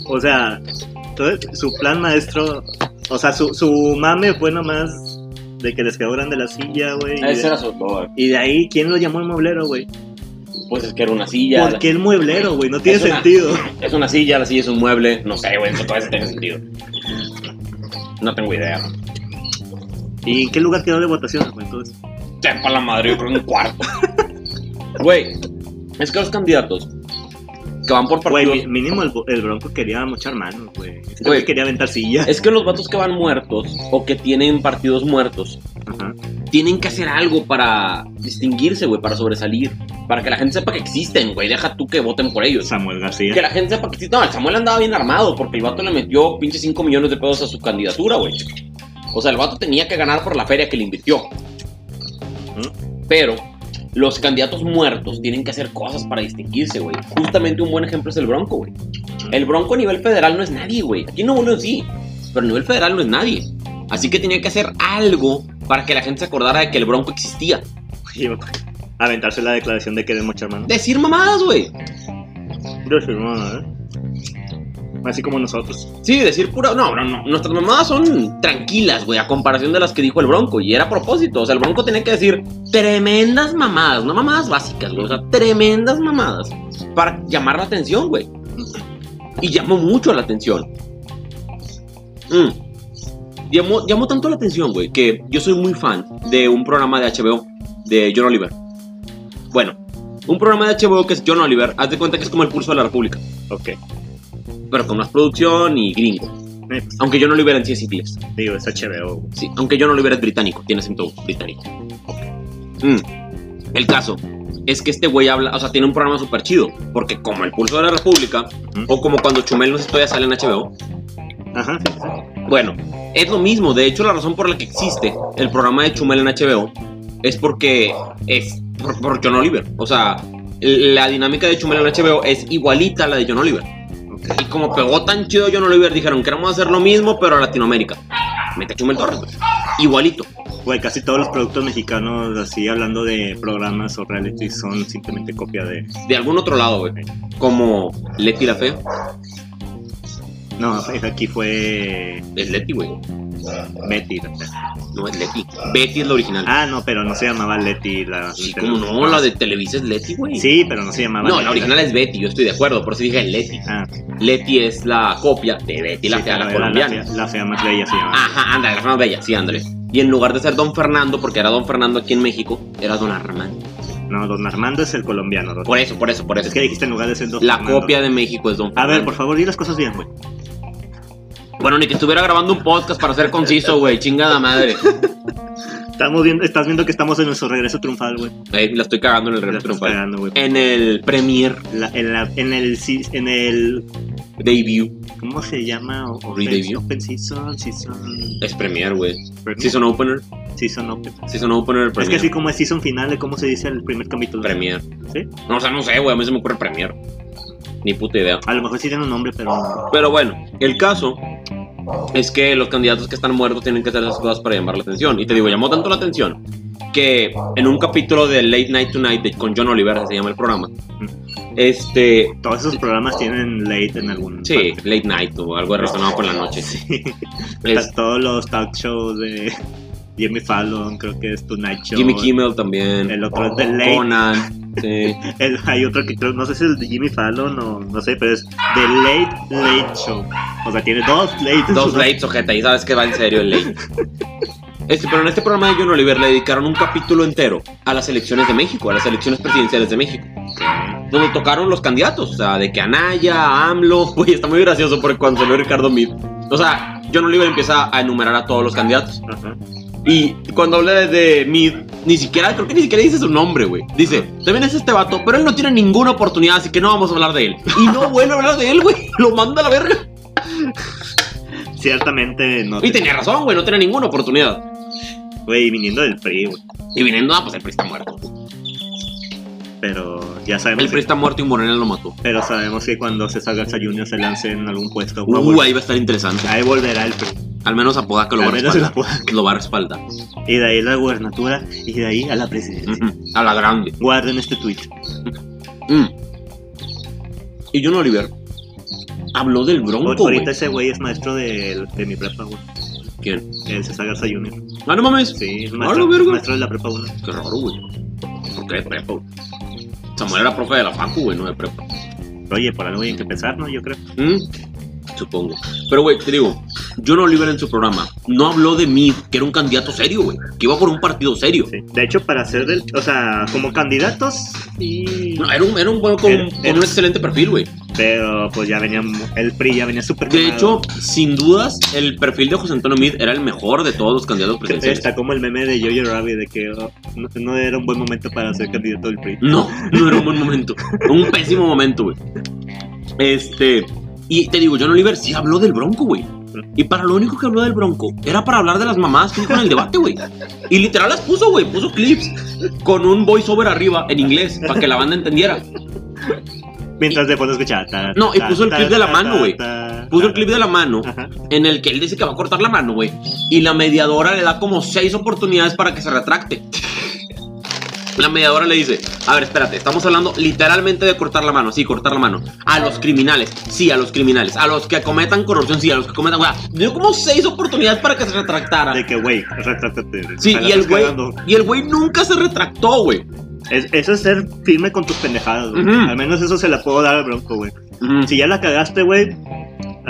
A: O sea, entonces, su plan maestro. O sea, su, su mame fue nomás de que les quedó grande la silla, güey. Y, de-
B: Ah, su todo.
A: y de ahí, ¿quién lo llamó el mueblero, güey?
B: Pues es que era una silla.
A: ¿Por qué el mueblero, güey? No tiene
B: Es una- <laughs>
A: sentido.
B: Es una silla, la silla es un mueble. No sé, güey, en todo eso tiene sentido. No tengo idea.
A: ¿Y en qué lugar quedó de votación, güey? Entonces,
B: Sepa la madre, yo creo en cuarto. Güey, es que los candidatos que van por
A: güey,
B: partidos.
A: mi- mínimo el, el Bronco quería muchar manos, güey. Este
B: Güey.
A: güey quería aventar sillas.
B: es que los vatos que van muertos o que tienen partidos muertos
A: Ajá.
B: tienen que hacer algo para distinguirse, güey, para sobresalir. Para que la gente sepa que existen, güey. Deja tú que voten por ellos.
A: Samuel
B: Que
A: García.
B: la gente sepa que existen. No, el Samuel andaba bien armado porque el vato le metió pinche 5 millones de pesos a su candidatura, güey. O sea, el vato tenía que ganar por la feria que le invirtió. Pero los candidatos muertos tienen que hacer cosas para distinguirse, güey. Justamente un buen ejemplo es el Bronco, güey. El Bronco a nivel federal no es nadie, güey. Aquí no uno sí, pero a nivel federal no es nadie. Así que tenía que hacer algo para que la gente se acordara de que el Bronco existía.
A: <laughs> Aventarse la declaración de querer muchar manos.
B: Decir mamadas, güey.
A: Yo soy mamá, ¿eh? Así como nosotros.
B: Sí, decir pura. No, no, no. Nuestras mamadas son tranquilas, güey, a comparación de las que dijo el Bronco. Y era a propósito. O sea, el Bronco tenía que decir tremendas mamadas, no mamadas básicas, güey. O sea, tremendas mamadas. Para llamar la atención, güey. Y llamó mucho la atención. Mm. Llamó, llamó tanto la atención, güey, que yo soy muy fan de un programa de HBO de John Oliver. Bueno, un programa de HBO que es John Oliver, haz de cuenta que es como el curso de la República
A: Ok.
B: pero con más producción y gringo.
A: Eh, pues,
B: Aunque yo no lo hubiera en sí es inglés.
A: digo, es HBO. güey.
B: Sí, aunque yo no lo hubiera es británico, tiene acento británico. Mm. El caso es que este güey habla, o sea, tiene un programa súper chido, porque como el pulso de la República,
A: Ujú.
B: o como cuando Chumel nos estudia sale en HBO,
A: Ajá.
B: bueno, es lo mismo. De hecho, la razón por la que existe el programa de Chumel en HBO es porque es por, por John Oliver. O sea, la dinámica de Chumel en HBO es igualita a la de John Oliver. Y como pegó tan chido John Oliver, dijeron, queremos hacer lo mismo, pero a Latinoamérica. Mete a Chumel Torres, güey. Igualito.
A: Güey, casi todos los productos mexicanos, así hablando de programas o reality, son simplemente copia de.
B: De algún otro lado, güey. Como Leti la Fea.
A: No, aquí fue
B: Es Leti, güey.
A: Betty.
B: No es Leti. Betty es la original.
A: Ah, no, pero no se llamaba Letty la.
B: sí, como no, la de Televisa es Leti, güey.
A: Sí, pero no se llamaba.
B: No,
A: Letty,
B: la original es Betty, yo estoy de acuerdo, por eso dije Leti.
A: Ah,
B: Leti es la copia de Betty, la
A: sí,
B: fea,
A: pero
B: la
A: era La
B: colombiana. Ah.
A: fea, la fea más bella se llamaba.
B: Ajá, ándale, la más bella, sí, ándale. Y en lugar de ser Don Fernando, porque era Don Fernando aquí en México, era Don Armando.
A: No, don Armando es el colombiano. don-
B: Por eso, por eso, por eso.
A: Es que dijiste en lugar de ser don
B: la
A: Armando.
B: copia de México es Don
A: A
B: Fernando.
A: ver, por favor, di las cosas bien, güey.
B: Bueno, ni que estuviera grabando un podcast para ser conciso, güey, chingada madre.
A: Estamos viendo, estás viendo que estamos en nuestro regreso triunfal, güey.
B: Ahí la estoy cagando en el
A: La
B: regreso
A: estás
B: triunfal.
A: cagando, güey.
B: En el premier
A: La- en, la- en el si- en el
B: debut.
A: ¿cómo se llama? O- Open,
B: Redebut.
A: open season, season
B: Es premier, güey.
A: Premier,
B: Season opener.
A: season open.
B: Season opener,
A: Es que
B: premier.
A: así como es season final, ¿cómo se dice el primer capítulo?
B: Premier.
A: ¿Sí?
B: No, o sea, no sé, güey, a mí se me ocurre premier. Ni puta idea.
A: A lo mejor sí tiene un nombre, pero
B: Pero bueno, el caso es que los candidatos que están muertos tienen que hacer esas cosas para llamar la atención. Y te digo, llamó tanto la atención que en un capítulo de Late Night Tonight de- con John Oliver, así se llama el programa, este...
A: todos esos programas tienen late en algún
B: Sí, Late Night o algo relacionado con la noche.
A: Oh, Sí.
B: <laughs> Es-
A: Todos los talk shows de <laughs> Jimmy Fallon, creo que es Tonight Show.
B: Jimmy Kimmel también.
A: El otro es The Late.
B: Conan. Sí.
A: el- hay otro que creo, no sé si es el de Jimmy Fallon o no sé, pero es The Late Late Show. O sea, tiene dos late.
B: Dos lights, ojeta, y sabes que va en serio el late. Este, pero en este programa de John Oliver le dedicaron un capítulo entero a las elecciones de México, a las elecciones presidenciales de México. Donde tocaron los candidatos, o sea, de que Anaya, AMLO, <laughs> güey, está muy gracioso porque cuando salió Ricardo Meade. O sea, John Oliver empieza a enumerar a todos los candidatos.
A: Ajá.
B: Y cuando habla de Meade, ni siquiera, creo que ni siquiera dice su nombre, güey. Dice, también es este vato, pero él no tiene ninguna oportunidad, así que no vamos a hablar de él.
A: <laughs>
B: Y no vuelve a hablar de él, güey. Lo manda a la verga.
A: Ciertamente no. te-
B: Y tenía razón, güey, no tenía ninguna oportunidad.
A: Güey, viniendo del PRI, güey.
B: Y viniendo, ah, pues el PRI está muerto.
A: Pero ya sabemos.
B: El PRI está muerto y Morena lo mató.
A: Pero sabemos que cuando César Garza Jr. se lance en algún puesto, va a
B: Uh,
A: volver-
B: ahí va a estar interesante.
A: ahí volverá el PRI.
B: Al menos Apodaca lo va a
A: Al menos
B: respaldar.
A: se la
B: Lo va a respaldar.
A: puede- Y de ahí la gubernatura y de ahí a la presidencia.
B: Mm, A la grande.
A: Guarden este tweet.
B: Mm. Y John Oliver habló del bronco, güey.
A: ahorita ese güey es maestro de, de mi prepa, güey.
B: ¿Quién?
A: El César Garza Jr.
B: Ah, no mames.
A: Sí, es
B: Ah, la
A: maestro,
B: verga.
A: maestro de la prepa 1.
B: Qué raro, güey. ¿Por qué de prepa, güey? Samuel era profe de la facu, güey, no de prepa.
A: Oye, por algo hay que pensar, ¿no? Yo creo.
B: Mm, Supongo. Pero, güey, te digo, John Oliver en su programa no habló de mí, que era un candidato serio, güey. Que iba por un partido serio.
A: Sí. De hecho, para ser del. O sea, como candidatos, sí.
B: No, era un, era un buen con,
A: Era-
B: con
A: era-
B: un excelente perfil, güey.
A: Pero pues ya venían. El PRI ya venía súper.
B: De
A: quemado.
B: hecho, sin dudas, el perfil de José Antonio Meade era el mejor de todos los candidatos presidenciales.
A: Pues, Está como el meme de Jojo Rabbit de que oh, no, no era un buen momento para ser candidato del PRI.
B: No, no era un buen momento. Un pésimo momento, güey. Este. Y te digo, John Oliver sí habló del bronco, güey. Y para lo único que habló del bronco era para hablar de las mamás que dijo en el debate, güey. Y literal las puso, güey. Puso clips con un voiceover arriba en inglés para que la banda entendiera.
A: Mientras de fondo escuchaba. ta,
B: No, y
A: ta,
B: puso el
A: ta,
B: clip de la
A: ta,
B: mano,
A: ta,
B: güey.
A: ta,
B: Puso el
A: ta.
B: clip de la mano
A: Ajá.
B: en el que él dice que va a cortar la mano, güey. Y la mediadora le da como seis oportunidades para que se retracte. La mediadora le dice, a ver, espérate, estamos hablando literalmente de cortar la mano, sí, cortar la mano. A los criminales, sí, a los criminales. A los que acometan corrupción, sí, a los que cometan... O sea, dio como seis oportunitades para que se retractara.
A: De que, güey, retráctate.
B: Sí,
A: te la
B: y el
A: estás
B: güey...
A: cagando.
B: Y el güey nunca se retractó, güey.
A: Es- eso es ser firme con tus pendejadas, güey.
B: Ujú.
A: Al menos eso se la puedo dar al bronco, güey.
B: Mm,
A: Si ya la cagaste, güey,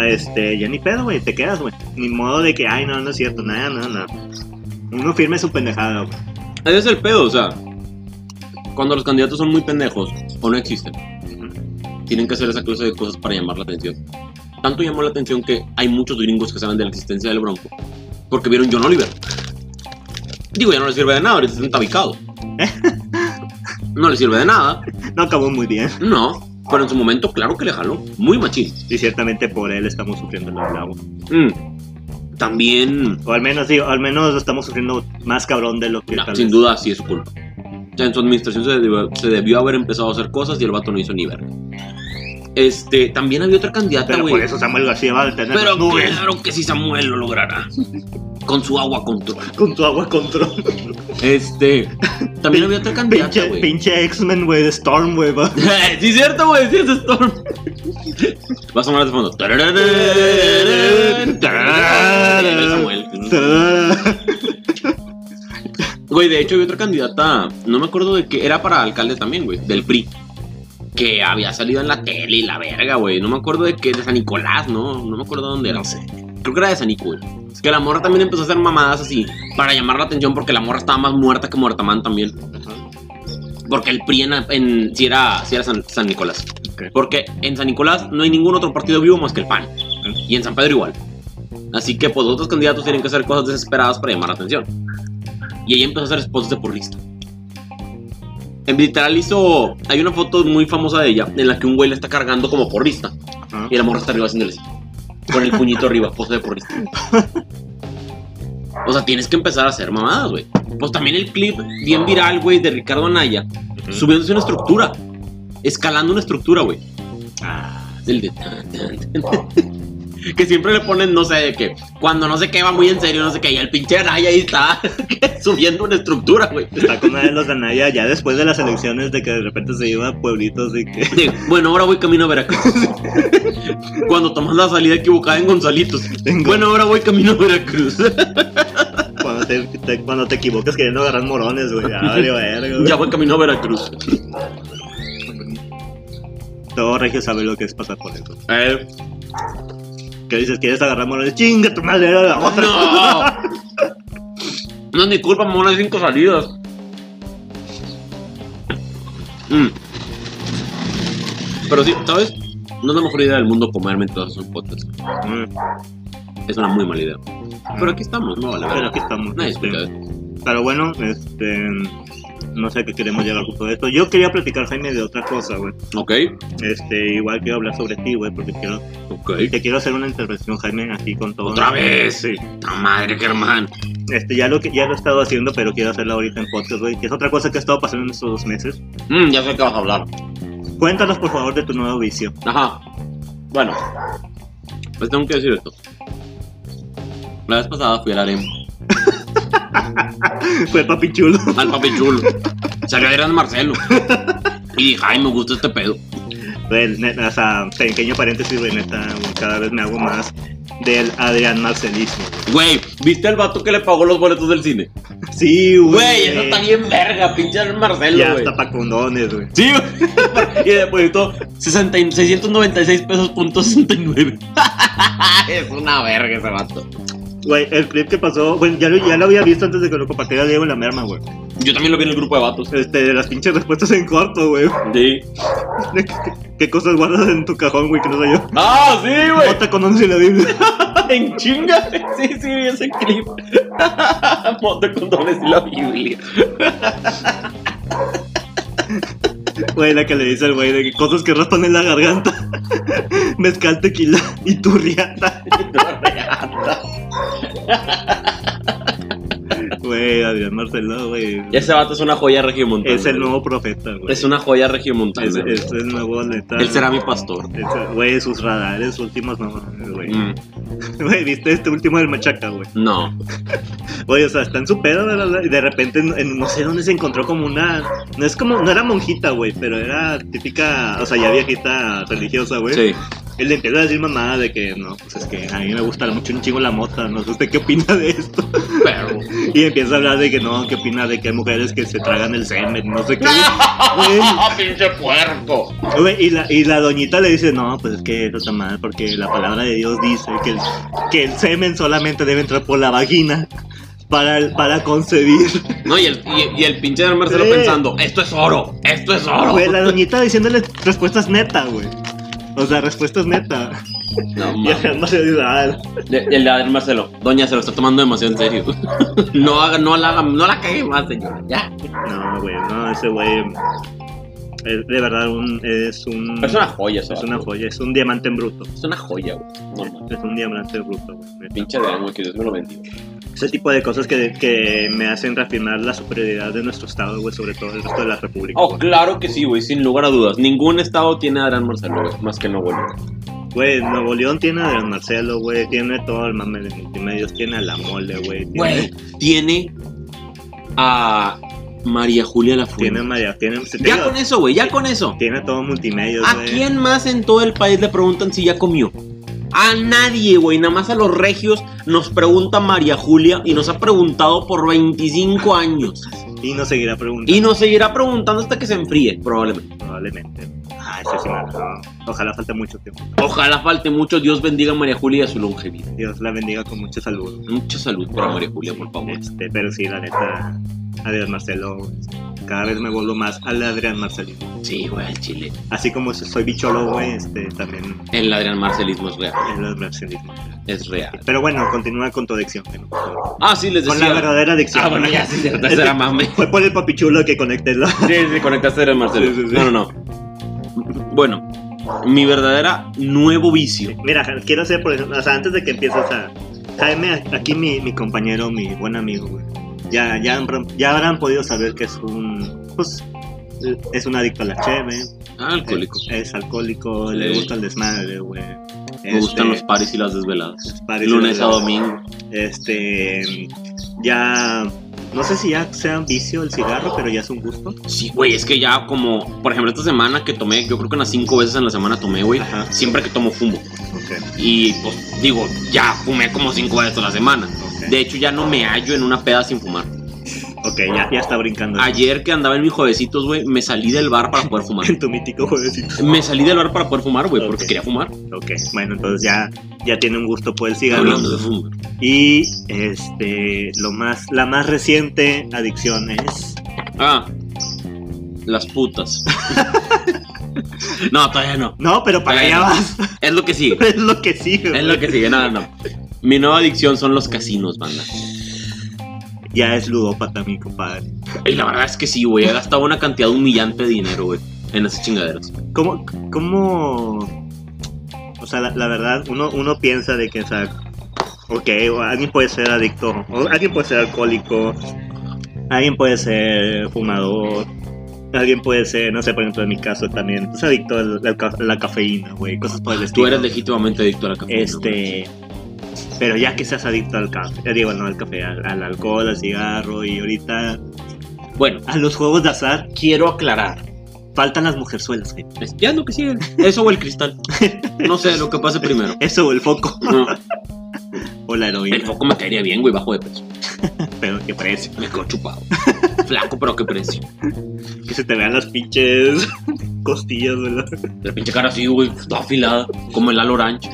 A: este, ya ni pedo, güey, te quedas, güey. Ni modo de que, ay, no, no es cierto, nada, no, no. Uno firme su pendejada, güey.
B: Ese es el pedo, o sea. Cuando los candidatos son muy pendejos o no existen. tienen que hacer esa clase de cosas para llamar la atención. Tanto llamó la atención que hay muchos gringos que saben de la existencia del Bronco porque vieron John Oliver. Digo, ya no les sirve de nada, ahorita están tabicados. No les sirve de nada,
A: No acabó muy bien.
B: no, pero en su momento, claro que le jaló, muy machín.
A: Y ciertamente por él estamos sufriendo la verdad, güey.
B: Mm. También,
A: O al menos, digo, al menos lo estamos sufriendo más cabrón de lo que
B: nah,
A: tal
B: sin
A: vez.
B: duda, sí es su culpa. O sea, en su administración se debió, se debió haber empezado a hacer cosas y el vato no hizo ni verga. Este, también había otra candidata,
A: Pero
B: güey.
A: por eso Samuel García va a tener
B: Pero
A: las nubes
B: claro que sí Samuel lo logrará. Con su agua control.
A: con tu agua control.
B: Este, también
A: <laughs>
B: había otra candidata,
A: Pinche,
B: güey.
A: pinche X-Men, güey, de Storm, güey. va.
B: <laughs> sí, cierto, güey, sí es Storm. Va a sonar
A: <laughs>
B: de fondo. Samuel. Güey, de hecho había otra candidata, no me acuerdo de qué, era para alcalde también, güey, del PRI. Que había salido en la tele y la verga, güey. No me acuerdo de qué, de San Nicolás, ¿no? No me acuerdo dónde era. No sé. Creo que era de San Nicolás. Es que la morra también empezó a hacer mamadas así para llamar la atención porque la morra estaba más muerta que muertamán también. Porque el PRI en, en- sí era, sí era San, San Nicolás.
A: Ok.
B: Porque en San Nicolás no hay ningún otro partido vivo más que el PAN. Y en San Pedro igual. Así que pues los otros candidatos tienen que hacer cosas desesperadas para llamar la atención. Y ella empezó a hacer spots de porrista. En literal hizo... Hay una foto muy famosa de ella en la que un güey la está cargando como porrista.
A: Ajá.
B: Y la morra está arriba haciéndole así. Con el puñito arriba, pose de porrista. O sea, tienes que empezar a hacer mamadas, güey. Pues también el clip bien viral, güey, de Ricardo Anaya. Subiéndose una estructura. Escalando una estructura, güey.
A: Ah,
B: El de tan, tan, tan. que siempre le ponen, no sé, de que cuando no sé qué va muy en serio, no sé qué, y el pinche Anaya ahí está <laughs> subiendo una estructura, güey.
A: Está con una de los de Anaya ya después de las elecciones de que de repente se iba a pueblitos y
B: <laughs>
A: que.
B: De, bueno, ahora voy camino
A: <laughs>
B: a Veracruz. Cuando tomas la salida equivocada en Gonzalitos.
A: En Gon-
B: Bueno, ahora voy camino a Veracruz. <laughs>
A: Cuando te, te- cuando te equivocas queriendo agarrar morones, güey. Ya valió verga, güey.
B: ya voy camino a Veracruz.
A: Todo regio sabe lo que es pasar por eso.
B: Eh,
A: Que dices, quieres agarrar morones, chinga tu madre, era la otra.
B: no. No es mi culpa, mamón, hay cinco salidas. Mm. Pero sí, ¿sabes? No es la mejor idea del mundo comerme todas sus potas.
A: Mm,
B: Es una muy mala idea. Pero aquí estamos, no, la
A: Pero
B: verdad.
A: aquí estamos.
B: Nadie
A: este,
B: escucha.
A: Pero bueno, este. No sé a qué queremos llegar justo de esto. Yo quería platicar, Jaime, de otra cosa, güey.
B: Ok,
A: Este, igual quiero hablar sobre ti, güey, porque quiero,
B: ok.
A: te quiero hacer una intervención, Jaime, así con todo.
B: Otra vez.
A: Sí.
B: ¡Ta madre, Germán!
A: Este, ya lo que ya lo he estado haciendo, pero quiero hacerla ahorita en podcast, güey. Que es otra cosa que ha estado pasando en estos dos meses.
B: Mm, ya sé que vas a hablar.
A: Cuéntanos, por favor, de tu nuevo vicio. <laughs>
B: Ajá. Bueno, pues tengo que decir esto. La vez pasada fui al harem,
A: Fue papi chulo.
B: al papi chulo. Salió Adrián Marcelo. Y dije, ay, me gusta este pedo.
A: Güey, ne- o sea, pequeño paréntesis, güey, neta, güey, cada vez me hago más del Adrián Marcelismo. güey.
B: Güey, ¿viste al vato que le pagó los boletos del cine?
A: Sí, güey.
B: Güey, eso está bien verga, pinche Adrián
A: Ya
B: Marcelo, güey.
A: hasta pa' condones, güey.
B: Sí, güey. <laughs> y depositó 60 y- 696 pesos punto 69. <laughs> es una verga ese vato.
A: Güey, el clip que pasó, bueno, ya lo, ya lo había visto antes de que lo compartiera Diego en la merma, güey.
B: Yo también lo vi en el grupo de vatos.
A: Este, de las pinches respuestas en corto, güey. <laughs>
B: Sí.
A: ¿Qué, qué cosas guardas en tu cajón, güey? Que no sé yo.
B: Ah, sí, güey.
A: Bota condones y la Biblia.
B: <laughs> En chinga. Sí, sí, vi ese clip. <laughs> Moto condones y la Biblia.
A: Güey, la que le dice al güey de que cosas que raspan en la garganta. Mezcal, tequila y turriata. Güey, Adrián Marcelo, güey.
B: Ese vato es una joya regiomontana.
A: Es el nuevo profeta, güey.
B: Es una joya regiomontana.
A: Es, es el nuevo neta.
B: Él será mi pastor.
A: Es- Güey, sus radares, últimas mamadas, güey.
B: Mm,
A: Güey, viste este último del machaca, güey.
B: no.
A: Güey, o sea, está en su pedo, la, la, la, y de repente, en- en- no sé dónde se encontró como una. No es como, no era monjita, güey, pero era típica, o sea, ya viejita religiosa, güey.
B: Sí.
A: Él le empieza a decir mamada de que no, pues es que a mí me gusta mucho un chingo la mota, no sé usted qué opina de esto.
B: Pero.
A: Y empieza a hablar de que no, qué opina de que hay mujeres que se tragan el semen, no
B: <laughs>
A: sé qué.
B: ¡Ah, pinche puerco!
A: Güey, y, la, y la doñita le dice, no, pues es que eso está mal, porque la palabra de Dios dice que el, que el semen solamente debe entrar por la vagina para, el- para concebir.
B: No, y el, y, y el pinche del Marcelo
A: Sí.
B: pensando, esto es oro, esto es oro.
A: Güey, la doñita diciéndole respuestas neta, güey. O sea, respuestas neta.
B: No,
A: Y
B: mames.
A: además se dice, ah,
B: El el de Adrián Marcelo, doña se lo está tomando demasiado en serio. <laughs> No haga, no la haga, no la cague más, señora. Ya.
A: no, güey, no, ese güey es de verdad un, es un...
B: Es una joya,
A: Mm.
B: ese
A: Es
B: vato.
A: una joya, es un diamante en bruto.
B: Es una joya, güey. No, mames.
A: Es un diamante en bruto, güey.
B: Pinche de güey, que Dios me lo bendiga.
A: Ese tipo de cosas que, que me hacen reafirmar la superioridad de nuestro estado, güey, sobre todo el resto de la república.
B: Oh,
A: güey.
B: claro que sí, güey, sin lugar a dudas. Ningún estado tiene a Adrián Marcelo, güey, más que Nuevo León.
A: Güey, Nuevo León tiene a Adrián Marcelo, güey, tiene todo el mame de multimedios, tiene a la mole, güey,
B: Güey,
A: tiene,
B: tiene a María Julia
A: tiene a
B: Lafuente.
A: María, tiene, se-
B: Ya
A: digo,
B: con eso, güey, ya con eso.
A: tiene todo multimedios,
B: ¿A
A: güey.
B: quién más en todo el país le preguntan si ya comió? A nadie, güey. Nada más a los regios nos pregunta María Julia y nos ha preguntado por 25 años.
A: Y no seguirá preguntando,
B: Y nos seguirá preguntando hasta que se enfríe, probablemente.
A: probablemente. Ah, ese sí me agradó. Ojalá falte mucho tiempo.
B: Ojalá falte mucho. Dios bendiga a María Julia y a su longevidad.
A: Dios la bendiga con mucha salud.
B: Mucha salud para María Julia, por favor.
A: Este, pero Ah, sí, la neta, Adrián Marcelo, cada vez me vuelvo más al Adrián Marcelino.
B: Sí, güey, al chile.
A: Así como soy bicholo, güey, este, también
B: El Adrián Marcelismo es real.
A: el marcelismo.
B: Es real.
A: Pero bueno, continúa con tu adicción. que no-
B: Ah, sí, les
A: Con
B: decía.
A: la verdadera adicción.
B: Ah, bueno, ya, sí, cierto. Esa era mame.
A: Fue por el papichulo que conecté la...
B: Sí, sí, conectaste el Marcelo.
A: Sí, sí, sí.
B: No, no, no. Bueno, mi verdadera nuevo vicio.
A: Mira, Ja- quiero hacer, por ejemplo, o sea, antes de que empieces a... Jaime, a- aquí mi, mi compañero, mi buen amigo, güey. Ya, ya, habrán- ya habrán podido saber que es un... Pues, es un adicto a la cheve.
B: Ah, alcohólico.
A: Es, alcohólico, le
B: Sí.
A: gusta el desmadre, güey.
B: Me gustan los
A: Este,
B: paris y las desveladas.
A: pares y
B: Lunes a
A: los-
B: domingo.
A: Este... Ya... No sé si ya sea un vicio el cigarro, pero ya es un gusto.
B: Sí, güey, es que ya como, por ejemplo, esta semana que tomé, yo creo que unas cinco veces en la semana tomé, güey.
A: Ajá.
B: Siempre que tomo fumo.
A: Ok,
B: Y pues digo, ya fumé como cinco veces a la semana.
A: ok.
B: De hecho, ya no me hallo en una peda sin fumar.
A: Ok, ya, ya está brincando.
B: Ayer que andaba en mis juevesitos, güey, me salí del bar para poder fumar.
A: <laughs> En tu mítico juevesito.
B: Me salí del bar para poder fumar, güey, porque
A: Ok.
B: quería fumar.
A: Ok, bueno, entonces ya, ya tiene un gusto por el cigarro.
B: Hablando de fumar.
A: Y este, lo más, la más reciente adicción es.
B: Ah,
A: <laughs>
B: las putas. no, todavía no.
A: No, pero para allá vas.
B: Es lo que sigue.
A: <laughs> Es lo que sigue.
B: Es lo que sigue. No, no, no. Mi nueva adicción son los casinos, banda.
A: Ya es ludópata, mi compadre.
B: Y la verdad es que sí, güey. He gastado una cantidad humillante de dinero, güey. En esas chingaderas.
A: ¿Cómo, cómo? O sea, la, la verdad, uno, uno piensa de que, o sea, ok, o alguien puede ser adicto, o alguien puede ser alcohólico, alguien puede ser fumador, alguien puede ser, no sé, por ejemplo, en mi caso también, es adicto a la, ca- la cafeína, güey, cosas por el
B: Tú
A: estilo.
B: eres legítimamente adicto a la cafeína.
A: Este. Pero ya que seas adicto al café, eh, digo, no al café, al, al alcohol, al cigarro y ahorita
B: güey. Bueno,
A: a los juegos de azar,
B: quiero aclarar.
A: faltan las mujerzuelas, güey.
B: Es- Ya es lo que sigue. Eso o el cristal. No sé, lo que pase primero.
A: Eso, o el foco,
B: No,
A: o la
B: el
A: heroína,
B: foco me caería bien, güey, bajo de peso.
A: pero qué precio.
B: Me quedo chupado. <laughs> Flaco, pero qué precio.
A: Que se te vean las pinches <laughs> costillas, ¿verdad?
B: La pinche cara así, güey, toda afilada. Como el Alo Ranch.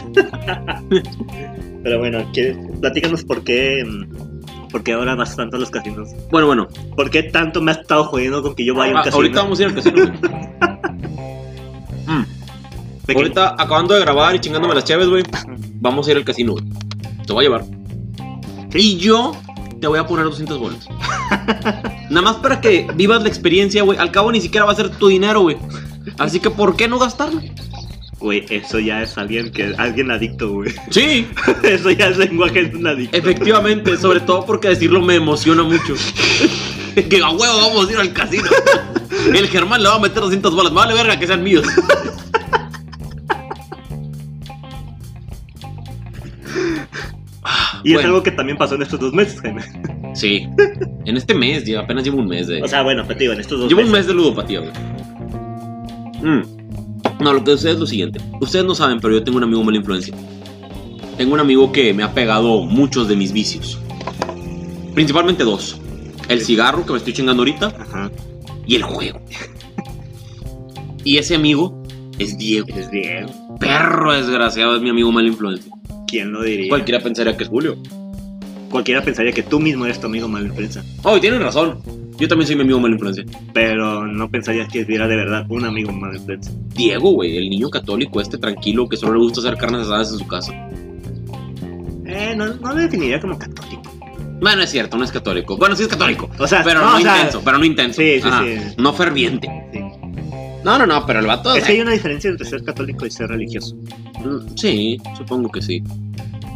A: Pero bueno, ¿qué- platícanos por qué, mm, por qué ahora vas tanto a los casinos.
B: Bueno, bueno.
A: ¿Por qué tanto me has estado jodiendo con que yo vaya a un
B: Ah,
A: casino?
B: ahorita vamos a ir
A: <laughs>
B: al casino. güey. Mm,
A: De que-
B: Ahorita acabando de grabar y chingándome las chaves, güey. Vamos a ir al casino, güey. Te voy a llevar. Y yo te voy a poner 200 bolas. Nada más para que vivas la experiencia, güey. Al cabo ni siquiera va a ser tu dinero, güey. Así que ¿por qué no gastarlo?
A: Güey, eso ya es alguien que alguien adicto, güey. <laughs>
B: Sí,
A: Eso ya es lenguaje de un
B: Eh,
A: adicto.
B: efectivamente, sobre todo porque decirlo me emociona mucho. Que a huevo vamos a ir al casino. El Germán le va a meter 200 bolas. Vale, verga, que sean míos.
A: Y es
B: Bueno.
A: algo que también pasó en estos dos meses, Jaime.
B: Sí. En este mes, ya apenas llevo un mes de.
A: O sea, bueno, pero te digo, en estos dos
B: llevo un
A: meses.
B: mes de ludopatía, güey. Mm. No, lo que sucede es lo siguiente. Ustedes no saben, pero yo tengo un amigo mala influencia. Tengo un amigo que me ha pegado muchos de mis vicios. Principalmente dos. El cigarro que me estoy chingando ahorita
A: Ajá,
B: y el juego. Y ese amigo es Diego.
A: es bien.
B: Perro desgraciado es mi amigo mala influencia.
A: ¿Quién lo diría?
B: Cualquiera pensaría que es Julio.
A: Cualquiera pensaría que tú mismo eres tu amigo mal influenza.
B: Oh, y tienen razón. Yo también soy mi amigo mala influencia.
A: Pero no pensarías que era de verdad un amigo mal influenza.
B: Diego, güey, el niño católico este tranquilo que solo le gusta hacer carnes asadas en su casa.
A: Eh, no, no lo definiría como católico.
B: Bueno, es cierto, no es católico. Bueno, sí es católico.
A: O sea,
B: Pero
A: no,
B: no,
A: o sea,
B: intenso, pero no intenso.
A: Sí, sí,
B: Ajá,
A: sí.
B: No ferviente.
A: sí.
B: No, no, no, pero el vato...
A: Es que hay una diferencia entre ser católico y ser religioso.
B: Mm, Sí, supongo que sí.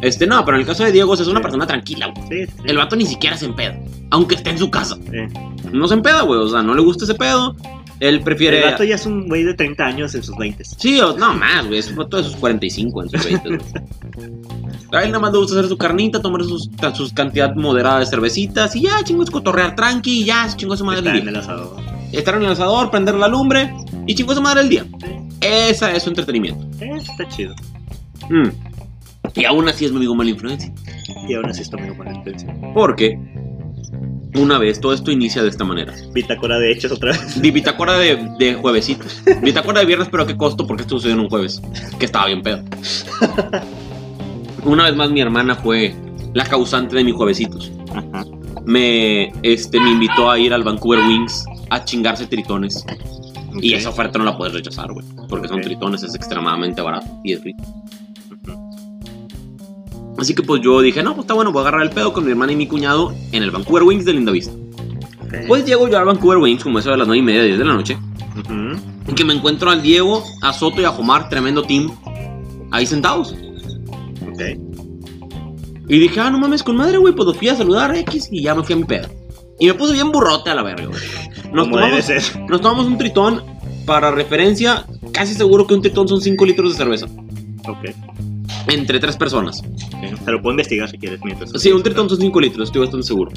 B: Este, no, pero en el caso de Diego, o sea, es una
A: Sí.
B: persona tranquila,
A: Sí,
B: güey.
A: sí.
B: El vato ni siquiera se empeda, aunque esté en su casa.
A: Eh,
B: No se empeda, güey, o sea, no le gusta ese pedo. Él prefiere...
A: El gato ya es un güey de 30 años en sus 20.
B: Sí, o- no más, güey. Es todo esos 45 en sus 20, güey.
A: <laughs>
B: A él nada más le gusta hacer su carnita, tomar sus, ta- sus cantidad moderada de cervecitas y ya, chingos, cotorrear tranqui y ya, chingó su madre
A: Está
B: el
A: en
B: día.
A: el asado.
B: Estar en el lanzador, prender la lumbre y chingó su madre el día. Esa es su entretenimiento.
A: Eh, está chido.
B: Mm. Y aún así es mi amigo mala influencia.
A: Y aún así está muy buena intención.
B: Porque una vez todo esto inicia de esta manera.
A: Bitácora de hechos otra vez.
B: Di bitácora de, de juevesitos. Bitácora de viernes, pero a qué costo, porque esto sucedió en un jueves. Que estaba bien pedo. Una vez más, mi hermana fue la causante de mis juevesitos.
A: Ajá.
B: Me, este, me invitó a ir al Vancouver Wings a chingarse tritones. <laughs> Y esa oferta no la puedes rechazar, güey. Porque son
A: Ok.
B: tritones, es extremadamente barato y es rico. Así que pues yo dije, no, pues está bueno, voy a agarrar el pedo con mi hermana y mi cuñado en el Vancouver Wings de Linda Vista. Pues llego yo al Vancouver Wings como eso de las 9 y media, 10 de la noche.
A: Ujú.
B: Y que me encuentro al Diego, a Soto y a Jomar, tremendo team, ahí sentados.
A: Pues, Ok.
B: Y dije, ah, no mames, con madre, güey, pues los fui a saludar X y ya me fui a mi pedo. Y me puse bien burrote a la verga, güey. Nos,
A: Como debe
B: tomamos,
A: ser.
B: nos tomamos un tritón, para referencia, casi seguro que un tritón son 5 litros de cerveza,
A: Ok.
B: entre tres personas.
A: ok. Se lo puedo investigar si quieres mientras.
B: Sí, un tritón son 5 litros, estoy bastante seguro.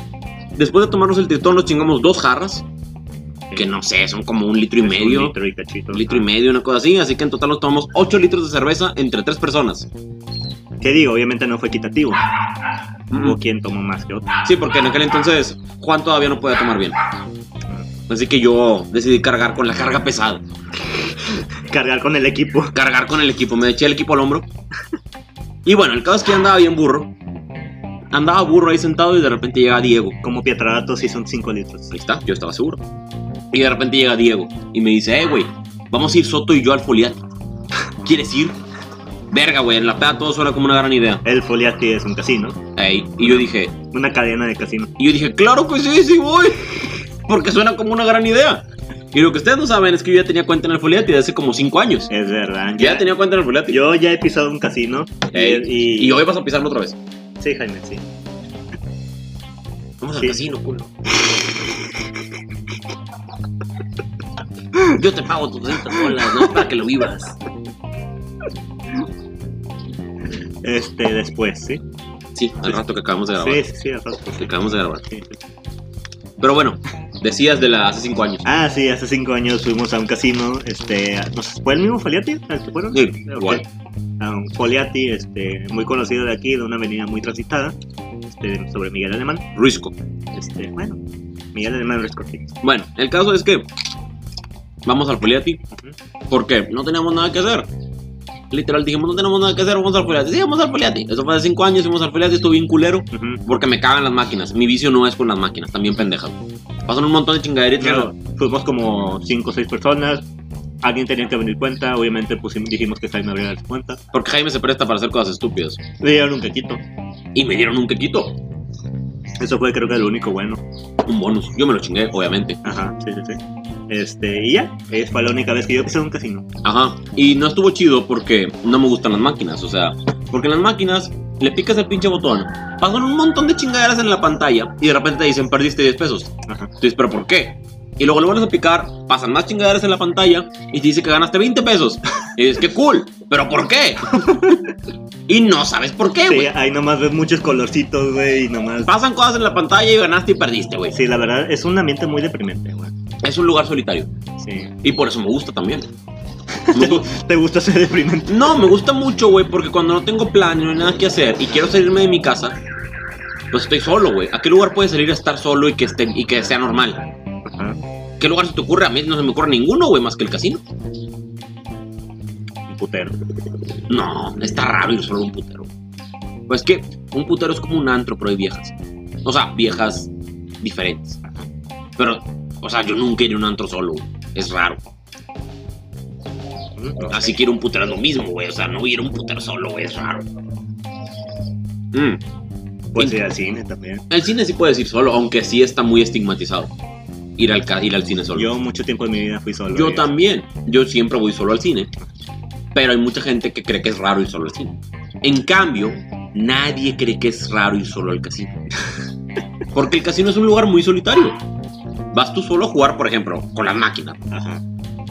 B: Después de tomarnos el tritón, nos chingamos dos jarras, que no sé, son como un litro y
A: Es un
B: medio.
A: litro y cachito. Ah.
B: Un litro y
A: Ajá.
B: medio, una cosa así, así que en total nos tomamos 8 litros de cerveza entre tres personas.
A: ¿Qué digo? Obviamente no fue equitativo. Hubo quien tomó más que otro.
B: Sí, porque en aquel entonces Juan todavía no podía tomar bien. Así que yo decidí cargar con la carga pesada.
A: Cargar con el equipo.
B: Cargar con el equipo. Me eché el equipo al hombro. Y bueno, el caso es que andaba bien burro. Andaba burro ahí sentado y de repente llega Diego.
A: Como Pietradato sí son 5 litros.
B: Ahí está, yo estaba seguro. Y de repente llega Diego y me dice, eh, güey, vamos a ir Soto y yo al foliat. ¿Quieres ir? Verga, güey, en la peda todo suena como una gran idea.
A: El Foliati es un casino.
B: Ey, y yo dije,
A: Una cadena de casino.
B: Y yo dije, claro que sí, sí voy. <laughs> Porque suena como una gran idea. Y lo que ustedes no saben es que yo ya tenía cuenta en el Foliati de hace como 5 años.
A: Es verdad.
B: Yo ya tenía cuenta en el Foliati.
A: Yo ya he pisado un casino. y-
B: Ey,
A: y,
B: y... hoy vas a pisarlo otra vez.
A: Sí, Jaime, sí.
B: Vamos
A: Sí.
B: al casino, culo. <laughs> Yo te pago tus 200 bolas, ¿no? Para que lo vivas.
A: Este, después, sí.
B: Sí, al rato que acabamos de grabar.
A: Sí, sí, sí, al rato.
B: Que acabamos de grabar.
A: Sí, sí.
B: Pero bueno, decías de la hace 5 años.
A: Ah, sí, hace cinco años fuimos a un casino, este, ¿nos- ¿fue el mismo Foliati al que fueron?
B: Sí,
A: Ok.
B: igual.
A: A un Foliati, este, muy conocido de aquí, de una avenida muy transitada, este, sobre Miguel Alemán,
B: Ruisco.
A: este, bueno, Miguel Alemán es cortito.
B: Bueno, el caso es que vamos al Foliati porque no teníamos nada que hacer. Literal dijimos, no tenemos nada que hacer, vamos al Foliati. Sí, vamos al Foliati. Eso fue hace 5 años, fuimos al Foliati, estuve bien culero
A: Ujú.
B: porque me cagan las máquinas. Mi vicio no es con las máquinas, también pendeja. Pasan un montón de chingaderitas.
A: Claro, fuimos como cinco o seis personas, alguien tenía que abrir cuenta, obviamente pusimos, dijimos que Jaime abriera las cuentas,
B: Porque Jaime se presta para hacer cosas estúpidas.
A: le dieron un quequito,
B: Y me dieron un quequito,
A: eso fue creo que lo único bueno.
B: un bonus. Yo me lo chingué, obviamente.
A: Ajá, sí, sí, sí. Este, y ya, es fue la única vez que yo pisé un casino.
B: Ajá. Y no estuvo chido porque no me gustan las máquinas. O sea, porque en las máquinas le picas el pinche botón, pasan un montón de chingaderas en la pantalla y de repente te dicen, perdiste 10 pesos.
A: Ajá.
B: Tú dices, ¿pero por qué? Y luego lo vuelves a picar, pasan más chingaderas en la pantalla y te dice que ganaste 20 pesos. Y dices, qué cool, ¿pero
A: <laughs>
B: por qué? y no sabes por qué,
A: Sí,
B: Eh, güey.
A: ahí nomás ves muchos colorcitos, güey, y nomás...
B: Pasan cosas en la pantalla y ganaste y perdiste, güey.
A: Sí, la verdad, es un ambiente muy deprimente, güey.
B: Es un lugar solitario.
A: Sí.
B: Y por eso me gusta también. Me gu-
A: ¿Te gusta ser deprimente?
B: no, me gusta mucho, güey, porque cuando no tengo plan y no hay nada que hacer y quiero salirme de mi casa, pues estoy solo, güey. ¿A qué lugar puedes salir a estar solo y que, esté, y que sea normal?
A: Ajá.
B: ¿Qué lugar se te ocurre? A mí no se me ocurre ninguno, güey, más que el casino.
A: Un putero.
B: No, está raro ir solo a un putero. Pues que un putero es como un antro, pero hay viejas. O sea, viejas diferentes. Pero, o sea, yo nunca iré a un antro solo. güey. Es raro. Así que ir a un putero es lo mismo, güey. O sea, no ir a un putero solo, güey, es raro. Mm,
A: Pues ir al cine también.
B: El cine sí puedes ir solo, aunque sí está muy estigmatizado. Ir al, ca- ir al cine solo.
A: Yo mucho tiempo de mi vida fui solo.
B: Yo
A: y-
B: también. Yo siempre voy solo al cine. Pero hay mucha gente que cree que es raro ir solo al cine. En cambio, Nadie cree que es raro ir solo
A: <laughs>
B: al casino. Porque el casino es un lugar muy solitario. Vas tú solo a jugar, por ejemplo, con las máquinas.
A: Ajá.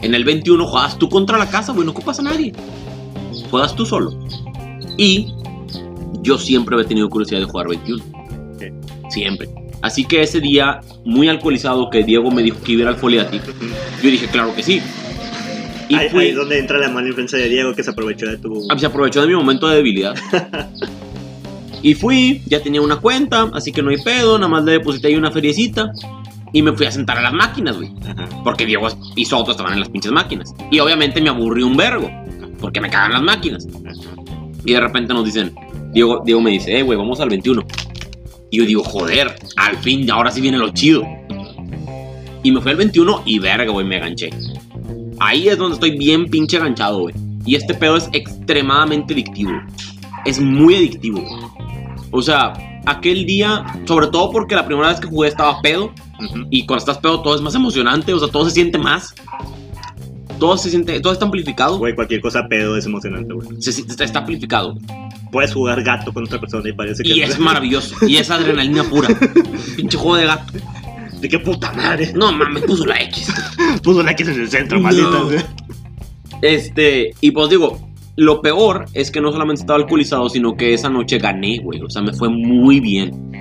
B: En el 21 juegas tú contra la casa, güey, no ocupas a nadie. Juegas tú solo. Y yo siempre había tenido curiosidad de jugar 21.
A: Sí.
B: Siempre. Así que ese día, muy alcoholizado, que Diego me dijo que iba a ir al Foliatic, yo dije, claro que sí. Y
A: Ahí,
B: fui-
A: ahí es donde entra la mala influencia de Diego que se aprovechó de tu.
B: Ah, se aprovechó de mi momento
A: <laughs>
B: de debilidad. y fui, ya tenía una cuenta, así que no hay pedo, nada más le deposité ahí una feriecita. Y me fui a sentar a las máquinas, güey.
A: Ajá.
B: Porque Diego y Soto estaban en las pinches máquinas. Y obviamente me aburrí un vergo. Porque me cagan las máquinas. Y de repente nos dicen, Diego, Diego me dice, eh, güey, vamos al 21. Y yo digo, joder, al fin, ahora sí viene lo chido. Y me fui al 21 y verga, güey, me ganché. Ahí es donde estoy bien pinche ganchado, güey. Y este pedo es extremadamente adictivo. Es muy adictivo. O sea, aquel día, sobre todo porque la primera vez que jugué estaba pedo.
A: Ujú.
B: Y cuando estás pedo todo es más emocionante, o sea, todo se siente más. Todo se siente, todo está amplificado.
A: Güey, cualquier cosa pedo es emocionante, güey.
B: Se si- está, está amplificado.
A: Puedes jugar gato con otra persona y parece que.
B: Y es maravilloso. Y es adrenalina pura. Pinche juego de gato.
A: ¿De qué puta madre?
B: No mames, puso la X.
A: <laughs> Puso la X en el centro,
B: No.
A: maldita. sea.
B: Este, y pues digo, lo peor es que no solamente estaba alcoholizado, sino que esa noche gané, güey. O sea, me fue muy bien.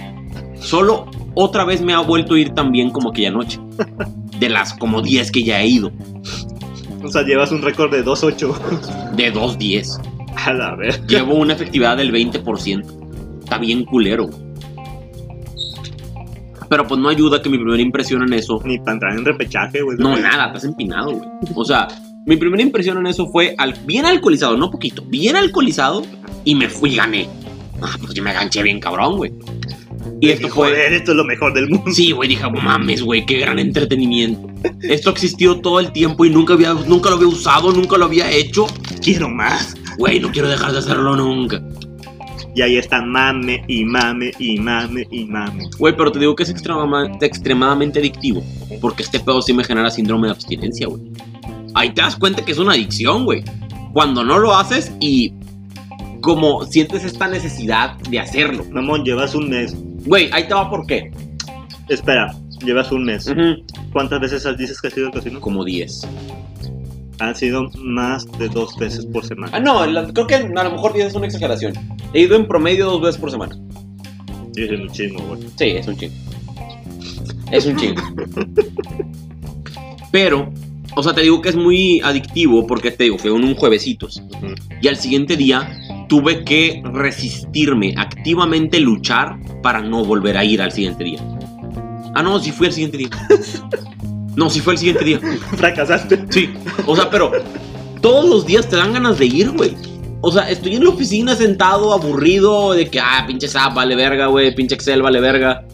B: Solo otra vez me ha vuelto a ir tan bien como aquella noche. De las como 10 que ya he ido.
A: O sea, llevas un récord de 2-8.
B: De 2-10.
A: <laughs> A la ver.
B: Llevo una efectividad del 20%. Está bien culero. güey. Pero pues no ayuda que mi primera impresión en eso.
A: Ni para entrar en repechaje, güey.
B: No, nada, estás empinado, güey. O sea, mi primera impresión en eso fue al, bien alcoholizado, no poquito, bien alcoholizado y me fui y gané. Ah, pues yo me ganché bien cabrón, güey. Y esto fue.
A: Joder, esto es lo mejor del mundo. <laughs>
B: Sí, güey, dije, "Oh, mames, güey, qué gran entretenimiento. Esto existió todo el tiempo y nunca, había, nunca lo había usado, nunca lo había hecho.
A: Quiero más.
B: Güey, no quiero dejar de hacerlo nunca.
A: Y ahí está mame y mame y mame y mame.
B: Güey, pero te digo que es extrema- extremadamente adictivo. Porque este pedo sí me genera síndrome de abstinencia, güey. Ahí te das cuenta que es una adicción, güey. Cuando no lo haces y como sientes esta necesidad de hacerlo.
A: Mamón, llevas un mes.
B: Güey, ahí te va por qué.
A: Espera, llevas un mes.
B: Ujú.
A: ¿Cuántas veces has- dices que has ido al casino?
B: Como 10.
A: Han sido más de dos veces por
B: Ah,
A: semana.
B: no, la- creo que a lo mejor 10 es una exageración. He ido en promedio dos veces por semana.
A: Y es muchísimo, güey.
B: Sí, es un chingo. Es un chingo. Pero, o sea, te digo que es muy adictivo porque te digo, fue un, un juevesitos.
A: Ujú.
B: Y al siguiente día tuve que resistirme, activamente luchar para no volver a ir al siguiente día. Ah, no, sí fue al siguiente día. No, sí fue al siguiente día.
A: Fracasaste.
B: Sí, o sea, pero todos los días te dan ganas de ir, güey. O sea, estoy en la oficina sentado, aburrido, de que, ah, pinche SAP vale verga, güey, pinche Excel vale verga.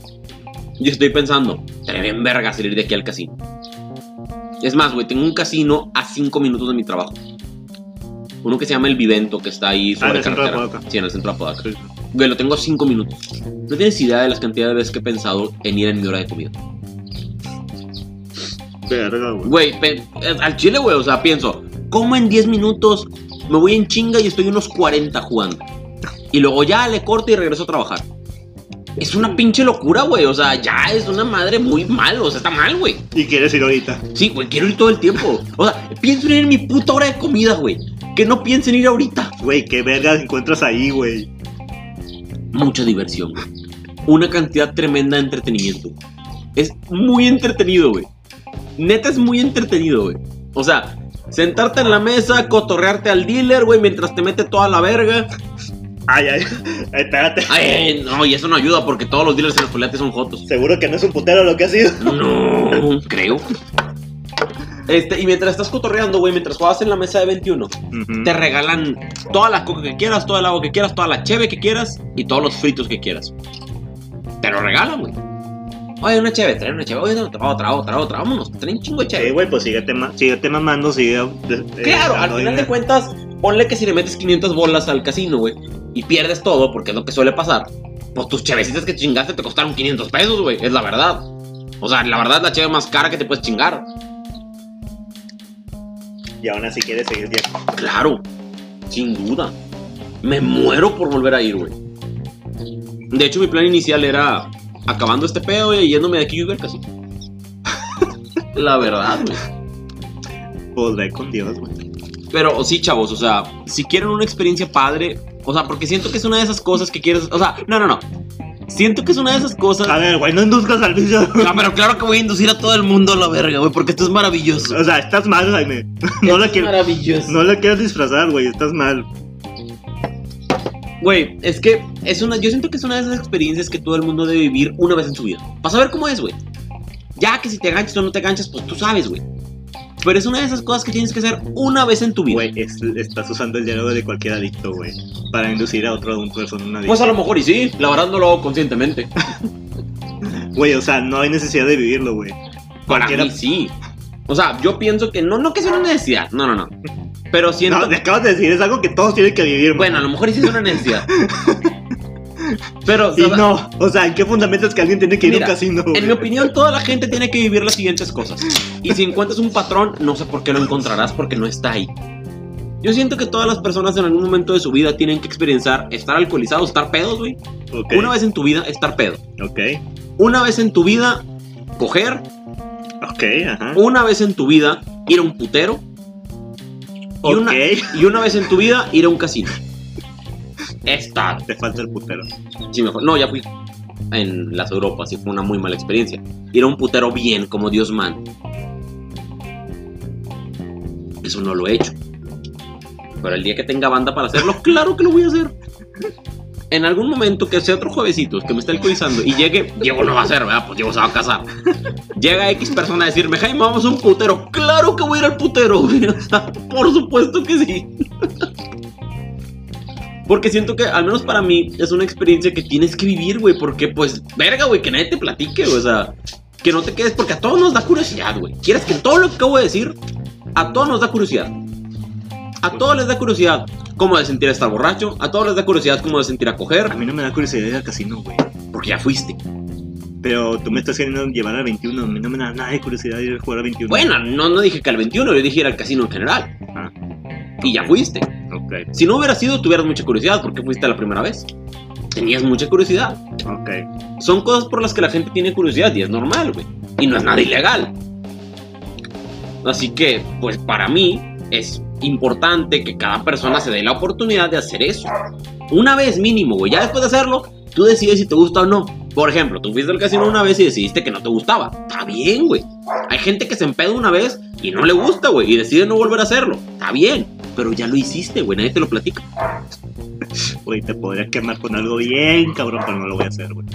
B: Yo estoy pensando, estaría bien verga salir de aquí al casino. Es más, güey, tengo un casino a 5 minutos de mi trabajo. Uno que se llama El Vivento, que está ahí sobre
A: Ah, en el centro de
B: carretera.
A: Apodaca.
B: Sí, en el centro de Apodaca. Güey, lo tengo a 5 minutos. No tienes idea de las cantidades de veces que he pensado en ir en mi hora de comida.
A: Verga, güey.
B: Güey, pe- eh, al chile, güey, o sea, pienso, como en 10 minutos me voy en chinga y estoy unos 40 jugando. Y luego ya le corto y regreso a trabajar. Es una pinche locura, güey, o sea, ya es una madre muy mal, o sea, está mal, güey.
A: Y quieres ir ahorita.
B: Sí, güey, quiero ir todo el tiempo. O sea, pienso en ir en mi puta hora de comida, güey. Que no piensen ir ahorita.
A: Güey, qué verga encuentras ahí, güey.
B: Mucha diversión, güey. Una cantidad tremenda de entretenimiento. Es muy entretenido, güey. Neta es muy entretenido, güey. O sea, sentarte en la mesa, cotorrearte al dealer, güey, mientras te mete toda la verga.
A: Ay, ay. Espérate.
B: Ay, no, y eso no ayuda porque todos los dealers en los foliates son jotos.
A: Seguro que no es un putero lo que ha sido.
B: No, creo. Este, y mientras estás cotorreando, güey, mientras juegas en la mesa de 21, te regalan toda la coca que quieras, todo el agua que quieras, toda la cheve que quieras y todos los fritos que quieras. Te lo regalan, güey. Oye, una cheve, trae una cheve, oye, otra, otra, otra, otra, vámonos, traen un chingo de
A: Sí,
B: cheve.
A: güey, pues síguete, ma- síguete mamando, sigue. de- eh,
B: claro, al
A: dando
B: final de
A: dinero.
B: cuentas, ponle que si le metes 500 bolas al casino, güey, y pierdes todo, porque es lo que suele pasar, pues tus chevecitas que chingaste te costaron 500 pesos, güey, es la verdad. O sea, la verdad es la cheve más cara que te puedes chingar.
A: Y aún así quieres seguir bien.
B: Claro, sin duda. Me muero por volver a ir, güey. De hecho, mi plan inicial era acabando este pedo y yéndome de aquí y ver casi. <laughs> La verdad, güey.
A: Podré Pues con Dios, güey.
B: Pero o sí, chavos, o sea, si quieren una experiencia padre, o sea, porque siento que es una de esas cosas que quieres, o sea, no, no, no. Siento que es una de esas cosas.
A: A ver, güey, no induzcas al vicio.
B: Ah, pero claro que voy a inducir a todo el mundo a la verga, güey, porque esto es maravilloso.
A: O sea, estás mal, Jaime. <laughs> No
B: Esto
A: la
B: es
A: quiero.
B: Maravilloso.
A: No la quieras disfrazar, güey, estás mal.
B: Güey, es que es una, yo siento que es una de esas experiencias que todo el mundo debe vivir una vez en su vida. Para saber cómo es, güey. Ya que si te ganchas o no te ganchas, pues tú sabes, güey. Pero es una de esas cosas que tienes que hacer una vez en tu vida.
A: Güey, es- estás usando el diálogo de cualquier adicto, güey, para inducir a otro a un persona a una
B: Pues a
A: adicción.
B: lo mejor y sí, la verdad no lo
A: <laughs>
B: hago conscientemente.
A: Güey, o sea, no hay necesidad de vivirlo, güey.
B: Para
A: Cualquiera-
B: mí sí. O sea, yo pienso que no, no que sea una necesidad. No, no, no. Pero siento.
A: No, te acabas de decir, es algo que todos tienen que vivir, güey.
B: Bueno, a lo mejor y sí es una
A: <laughs>
B: necesidad. Pero,
A: Y
B: ¿sabes?
A: no, o sea, ¿en qué fundamentos que alguien tiene que ir
B: Mira,
A: a un casino? güey?
B: En mi opinión, toda la gente tiene que vivir las siguientes cosas. Y si encuentras un patrón, no sé por qué lo encontrarás porque no está ahí. Yo siento que todas las personas en algún momento de su vida tienen que experienciar estar alcoholizados, estar pedos, güey.
A: Ok,
B: Una vez en tu vida, estar pedo.
A: ok,
B: Una vez en tu vida, coger.
A: ok, ajá.
B: Una vez en tu vida, ir a un putero. Y,
A: ok,
B: una, y una vez en tu vida, ir a un casino. Está.
A: te falta el putero.
B: Sí, me fue- No, ya fui en las Europas y fue una muy mala experiencia. Ir a un putero bien, como Dios manda. Eso no lo he hecho. Pero el día que tenga banda para hacerlo, <laughs> claro que lo voy a hacer. En algún momento que sea otro juevesito que me esté alcoholizando y llegue, Diego no va a ser, ¿verdad? Pues Diego se va a casar. Llega X persona a decirme, Jaime, vamos a un putero. Claro que voy a ir al putero, güey. <laughs> O sea, por supuesto que sí. <laughs> Porque siento que, al menos para mí, es una experiencia que tienes que vivir, güey. Porque, pues, verga, güey, que nadie te platique, güey. O sea, que no te quedes, porque a todos nos da curiosidad, güey. Quieres que todo lo que acabo de decir, a todos nos da curiosidad. A todos les da curiosidad cómo de sentir estar borracho. A todos les da curiosidad cómo de sentir a
A: A
B: coger.
A: mí no me da curiosidad ir al casino, güey.
B: Porque ya fuiste.
A: Pero tú me estás queriendo llevar al 21, a mí no me da nada de curiosidad ir a jugar al 21.
B: Bueno, no, no dije que al 21, yo dije ir al casino en general.
A: Ah.
B: Y ya fuiste.
A: Ok,
B: Si no hubiera sido, tuvieras mucha curiosidad porque fuiste la primera vez. Tenías mucha curiosidad.
A: ok.
B: Son cosas por las que la gente tiene curiosidad y es normal, güey. Y no es nada ilegal. Así que, pues para mí es importante que cada persona se dé la oportunidad de hacer eso. Una vez mínimo, güey. Ya después de hacerlo, tú decides si te gusta o no. Por ejemplo, tú fuiste al casino una vez y decidiste que no te gustaba. Está bien, güey. Hay gente que se empeda una vez y no le gusta, güey. Y decide no volver a hacerlo. Está bien. Pero ya lo hiciste, güey. Nadie te lo platica.
A: Güey, te podría quemar con algo bien cabrón, pero no lo voy a hacer, güey.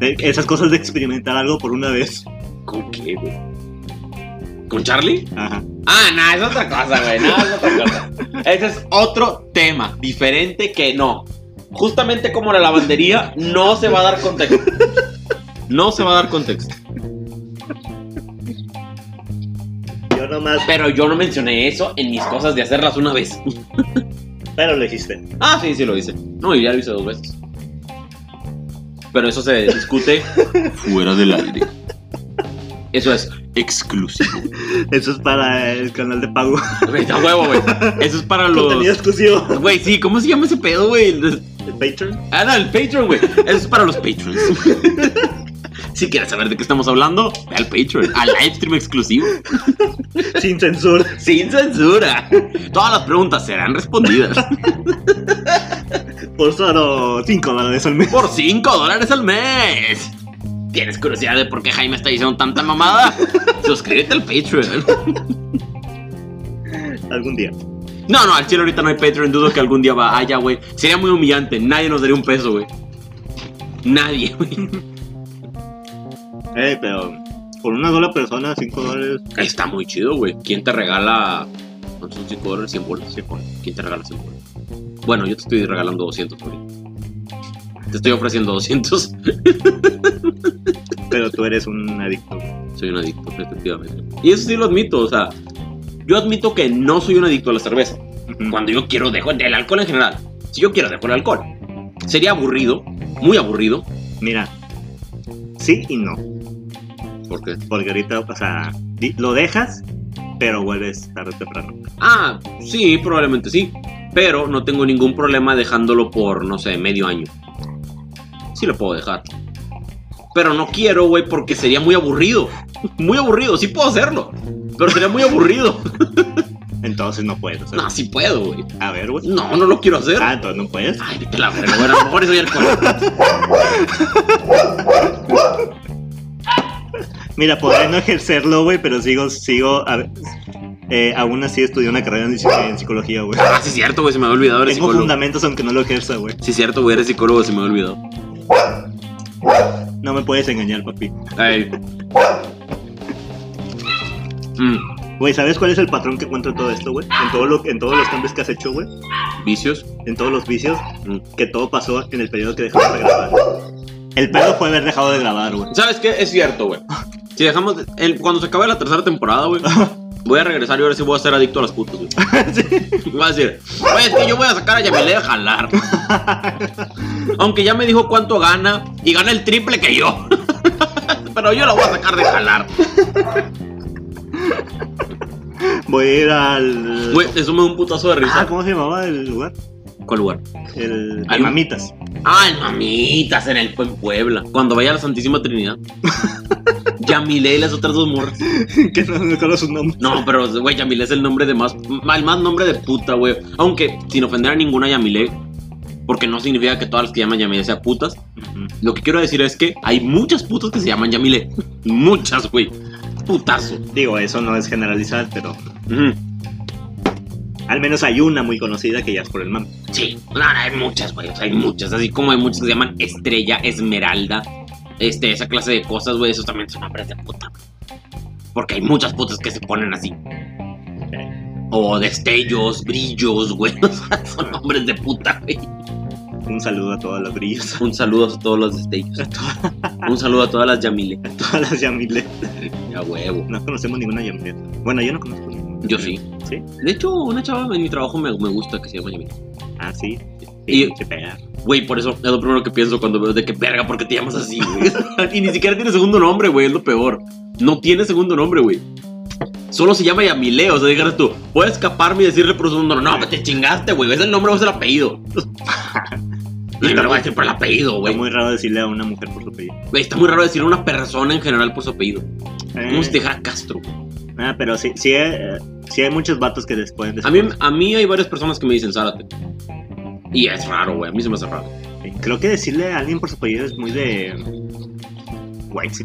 A: Eh, Esas cosas de experimentar algo por una vez.
B: ¿Con qué, güey? ¿Con Charlie?
A: Ajá.
B: Ah, no, es otra cosa, güey. No, es otra cosa. Ese es otro tema diferente que no. Justamente como la lavandería, no se va a dar contexto. No se va a dar contexto.
A: Yo nomás,
B: Pero yo no mencioné eso en mis cosas de hacerlas una vez.
A: pero lo hiciste.
B: Ah, sí, sí lo hice. No, y ya lo hice dos veces. Pero eso se discute fuera del aire. Eso es exclusivo.
A: Eso es para el canal de pago. <laughs>
B: Güey, a huevo, güey. Eso es para
A: Contenido
B: los.
A: exclusivo.
B: Güey, sí, ¿cómo se llama ese pedo, güey?
A: El Patreon.
B: Ah, no, el Patreon, güey. Eso es para los Patreons. si quieres saber de qué estamos hablando, ve al Patreon, al livestream exclusivo.
A: Sin censura.
B: Sin censura. Todas las preguntas serán respondidas.
A: Por solo 5 dólares al mes.
B: Por 5 dólares al mes. ¿Tienes curiosidad de por qué Jaime está diciendo tanta mamada? Suscríbete al Patreon.
A: Algún día.
B: No, no, al chile ahorita no hay Patreon. Dudo que algún día va allá, güey. Sería muy humillante. Nadie nos daría un peso, güey. Nadie, güey.
A: Eh, pero por una sola persona, 5 dólares.
B: Está muy chido, güey. ¿Quién te regala? ¿Cuántos son 5 dólares? 100 bolas. 100 bolas. ¿Quién te regala 100 bolas? Bueno, yo te estoy regalando 200, güey. Te estoy ofreciendo 200.
A: Pero tú eres un adicto.
B: <laughs> Soy un adicto, efectivamente. Y eso sí lo admito, o sea, yo admito que no soy un adicto a la cerveza.
A: Ujú.
B: Cuando yo quiero dejo del alcohol en general. Si yo quiero dejo el alcohol. Sería aburrido, muy aburrido,
A: Mira. Sí y no.
B: porque
A: Porque ahorita, o sea, di- lo dejas, pero vuelves tarde o temprano.
B: ah, sí, probablemente sí, pero no tengo ningún problema dejándolo por no sé, medio año. sí lo puedo dejar. Pero no quiero, güey, porque sería muy aburrido. Muy aburrido, sí puedo hacerlo. Pero sería muy aburrido. <laughs>
A: Entonces no puedes hacerlo.
B: No, sí puedo, güey.
A: A ver, güey.
B: No, no lo quiero hacer.
A: Ah, entonces no puedes.
B: Ay, vete a la verga, güey. A lo mejor soy alcohólico.
A: Mira, podré no ejercerlo, güey, pero sigo, sigo, a ver, eh, aún así estudié una carrera en, psic- en psicología, güey.
B: Ah, sí, es cierto, güey. Se me había olvidado. Eres
A: Tengo
B: psicólogo.
A: fundamentos aunque no lo ejerza, güey.
B: Sí, es cierto, güey. Eres psicólogo. Se me había olvidado.
A: No me puedes engañar, papi.
B: Ay. Mm,
A: Güey, ¿sabes cuál es el patrón que encuentro en todo esto, güey? En, todo lo- en todos los cambios que has hecho, güey.
B: ¿Vicios?
A: En todos los vicios.
B: Mm.
A: Que todo pasó en el periodo que dejamos de grabar. El pedo fue haber dejado de grabar, güey.
B: ¿Sabes qué? Es cierto, güey. Si dejamos. el- cuando se acabe la tercera temporada, güey. Voy a regresar y ahora sí voy a ser adicto a las putas, güey. Voy a decir, güey, es que yo voy a sacar a Yamile a jalar. Aunque ya me dijo cuánto gana y gana el triple que yo. <laughs> Pero yo la voy a sacar de jalar.
A: Voy a ir al...
B: Güey, te suma un putazo de
A: Ah,
B: risa.
A: ¿cómo se llamaba el lugar?
B: ¿Cuál lugar?
A: El...
B: Hay
A: el
B: un-
A: Mamitas. <laughs>
B: Ay, mamitas en el en Puebla. Cuando vaya a la Santísima Trinidad. Yamile y las otras dos morras.
A: que no me acuerdo su nombre.
B: No, pero, güey, Yamile es el nombre de más. El más nombre de puta, güey. Aunque, sin ofender a ninguna Yamile. Porque no significa que todas las que llaman Yamile sean putas. Lo que quiero decir es que hay muchas putas que se llaman Yamile. <laughs> Muchas, güey. Putazo.
A: Digo, eso no es generalizar, pero...
B: Ujú.
A: Al menos hay una muy conocida que ya es por el mame.
B: Sí, claro, hay muchas, güey. o sea, hay muchas. Así como hay muchas que se llaman estrella, esmeralda. Este, esa clase de cosas, güey. Esos también son nombres de puta. güey. Porque hay muchas putas que se ponen así. O destellos, brillos, güey. <laughs> O sea, son nombres de puta, güey.
A: Un saludo <laughs> a todas las brillas,
B: Un saludo a todos los <laughs> destellos. Un saludo a todas las Yamile.
A: a todas las Yamile.
B: A huevo.
A: No conocemos ninguna Yamile. Bueno, yo no conozco ninguna.
B: Yo sí.
A: ¿Sí?
B: De hecho, una chava en mi trabajo me, me gusta que se llama Yamile.
A: Ah, sí.
B: Y-
A: Y que pegar.
B: Güey, por eso es lo primero que pienso cuando veo de que verga, ¿por qué te llamas así, güey? <laughs> y ni siquiera tiene segundo nombre, güey, es lo peor. No tiene segundo nombre, güey. Solo se llama Yamile, o sea, dijeras tú, puedes escaparme y decirle por su segundo nombre. No, pues te chingaste, güey, es el nombre o es
A: <laughs>
B: el apellido. y no le voy a decir por el apellido,
A: Fue
B: güey.
A: muy raro decirle a una mujer por su apellido.
B: Güey, Está muy raro decir a una persona en general por su apellido.
A: Eh.
B: Como si te dijera Castro.
A: Ah, pero sí, sí, eh, sí hay muchos vatos que les pueden
B: A
A: decir.
B: mí, a mí hay varias personas que me dicen Zárate. Y es raro, güey, a mí se me hace raro.
A: Creo que decirle a alguien por su apellido es muy de. mm, White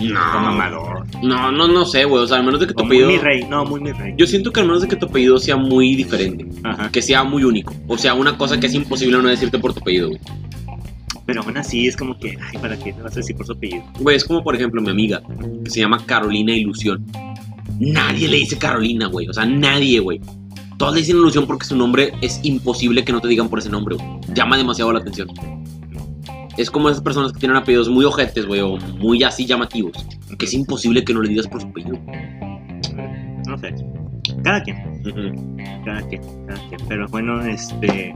B: No,
A: mamador.
B: no, no, no sé, güey, o sea, al menos de que tu
A: O muy
B: apellido...
A: mi rey. No, muy mi rey.
B: Yo siento que al menos de que tu apellido sea muy diferente,
A: Ajá.
B: que sea muy único. O sea, una cosa que es imposible no decirte por tu apellido, güey.
A: Pero aún así es como que, ay, ¿para qué te vas a decir por su apellido?
B: Güey, es como por ejemplo mi amiga, que se llama Carolina Ilusión. Nadie le dice Carolina, güey. O sea, nadie, güey. Todos le dicen ilusión porque su nombre es imposible que no te digan por ese nombre, güey. Llama demasiado la atención. Es como esas personas que tienen apellidos muy ojetes, güey, o muy así llamativos. Que es imposible que no le digas por su apellido.
A: No sé. Cada quien. cada quien, cada quien. Pero bueno, este.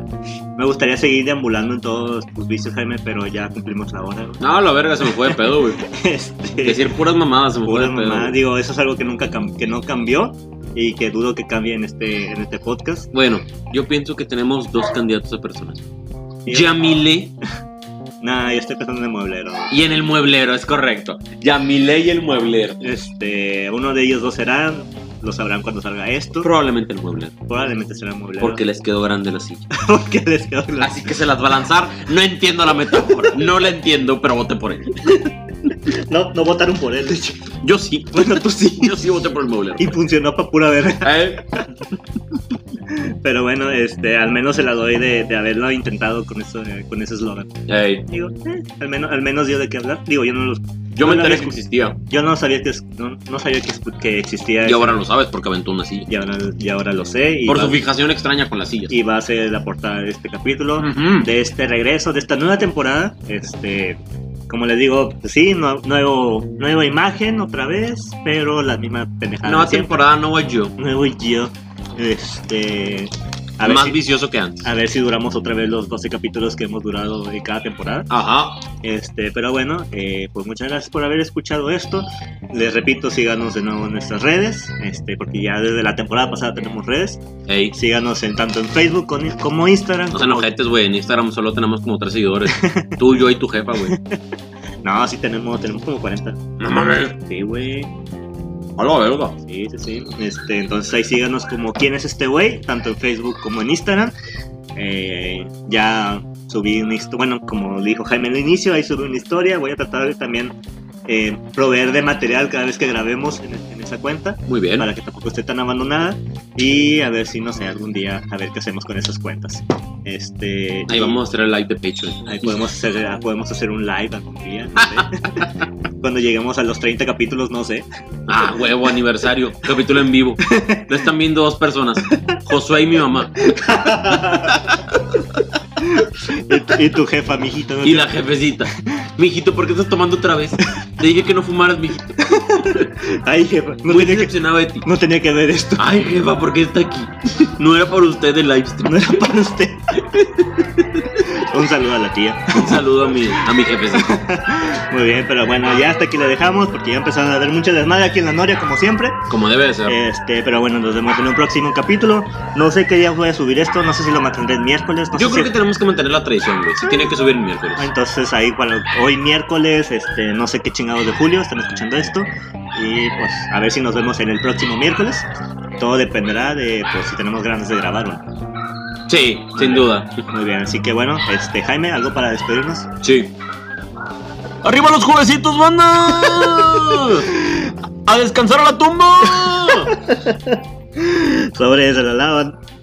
A: Me gustaría seguir deambulando en todos tus vicios, Jaime, pero ya cumplimos la hora. güey. <laughs>
B: No, la verga, se me fue de pedo, <laughs> güey.
A: Este.
B: Decir puras mamadas se me fue
A: pura
B: de Pues pedo.
A: mamá,
B: güey.
A: digo, eso es algo que nunca cam- que no cambió y que dudo que cambie en este, en este podcast.
B: Bueno, yo pienso que tenemos dos candidatos a personas.
A: Y-
B: Yamile
A: Nah, yo estoy pensando en el mueblero.
B: y en el mueblero, es correcto. Yamile y el mueblero.
A: Este, uno de ellos dos serán, lo sabrán cuando salga esto.
B: Probablemente el mueblero,
A: Probablemente será el mueblero.
B: porque les quedó grande la silla.
A: <laughs> Porque les quedó la-
B: Así que se las va a lanzar. No entiendo la metáfora, no la entiendo, pero voté por él.
A: No, no votaron por él, de hecho.
B: Yo sí,
A: Bueno, tú sí.
B: yo sí voté por el mueblero.
A: Y funcionó para pura verga.
B: Eh,
A: Pero bueno, este, al menos se la doy de, de haberlo intentado con eso, eh, con ese eslogan.
B: eh,
A: Digo, eh, al menos, al menos dio de qué hablar. Digo, yo no los,
B: Yo me
A: No la
B: enteré
A: vi.
B: que existía.
A: yo no sabía que es- no, no sabía que, es- que existía.
B: Y
A: eso.
B: ahora lo sabes porque aventó una silla.
A: Y ahora, y ahora lo sé. Y
B: Por
A: va,
B: su fijación extraña con las sillas.
A: y va a ser la portada de este capítulo,
B: Ujú.
A: de este regreso, de esta nueva temporada. Este, como les digo, pues sí, no- nuevo, nueva imagen otra vez, pero la misma pendejada.
B: Nueva
A: de siempre.
B: temporada, no voy yo.
A: Nuevo yo. Este, A ver,
B: más
A: si,
B: vicioso que antes.
A: a ver si duramos otra vez los 12 capítulos que hemos durado en cada temporada.
B: Ajá.
A: Este, pero bueno, eh, pues muchas gracias por haber escuchado esto. Les repito, síganos de nuevo en nuestras redes, este, porque ya desde la temporada pasada tenemos redes.
B: Ey.
A: Síganos en tanto en Facebook con- como Instagram.
B: No
A: como-
B: sean ojetes, güey. En Instagram solo tenemos como
A: <laughs>
B: tres seguidores. Tú, yo y tu jefa, güey.
A: No, sí tenemos, tenemos como 40.
B: No mames.
A: Sí, güey.
B: Hola, verga.
A: Sí, sí, sí. Este, entonces ahí síganos como quién es este güey, tanto en Facebook como en Instagram. Eh, ya subí un historia, bueno, como dijo Jaime al inicio, ahí subí una historia. Voy a tratar de también eh, proveer de material cada vez que grabemos en, en esa cuenta.
B: Muy bien.
A: Para que tampoco esté tan abandonada. Y a ver si, no sé, algún día a ver qué hacemos con esas cuentas. Este.
B: Ahí
A: y-
B: vamos a hacer el live de Patreon.
A: Ahí podemos hacer, ah, podemos hacer un live algún día,
B: <laughs>
A: no sé. Cuando lleguemos a los 30 capítulos, no sé.
B: Ah, huevo, aniversario. Capítulo en vivo. Lo están viendo dos personas. Josué y mi mamá.
A: Y tu, y tu jefa, mijito. ¿no?
B: Y la jefecita. Mijito, ¿por qué estás tomando otra vez? Te dije que no fumaras, mijito.
A: Ay, jefa, no
B: Muy
A: tenía, que,
B: decepcionado de ti.
A: no tenía que ver esto.
B: Ay, jefa, ¿por qué está aquí? No era para usted el live stream.
A: No era para usted. Un saludo a la tía.
B: Un saludo a mi, a mi jefecita.
A: Muy bien, pero bueno, ya hasta aquí la dejamos porque ya empezaron a haber mucha desmadre aquí en la Noria, como siempre.
B: Como debe de ser.
A: Este, pero bueno, nos vemos en un próximo capítulo. No sé qué día voy a subir esto, no sé si lo mantendré el miércoles. no
B: Yo
A: sé
B: creo
A: si-
B: que tenemos que mantener la tradición, güey. Se tiene que subir el miércoles.
A: Entonces ahí cuando hoy miércoles, este, no sé qué chingados de julio, están escuchando esto. Y pues a ver si nos vemos en el próximo miércoles. Todo dependerá de pues, si tenemos ganas de grabar o no.
B: Sí, sin duda.
A: Muy bien, así que bueno, este Jaime, algo para despedirnos.
B: Sí. ¡Arriba los jovencitos, banda! ¡A descansar a la tumba!
A: Sobre se la lavan.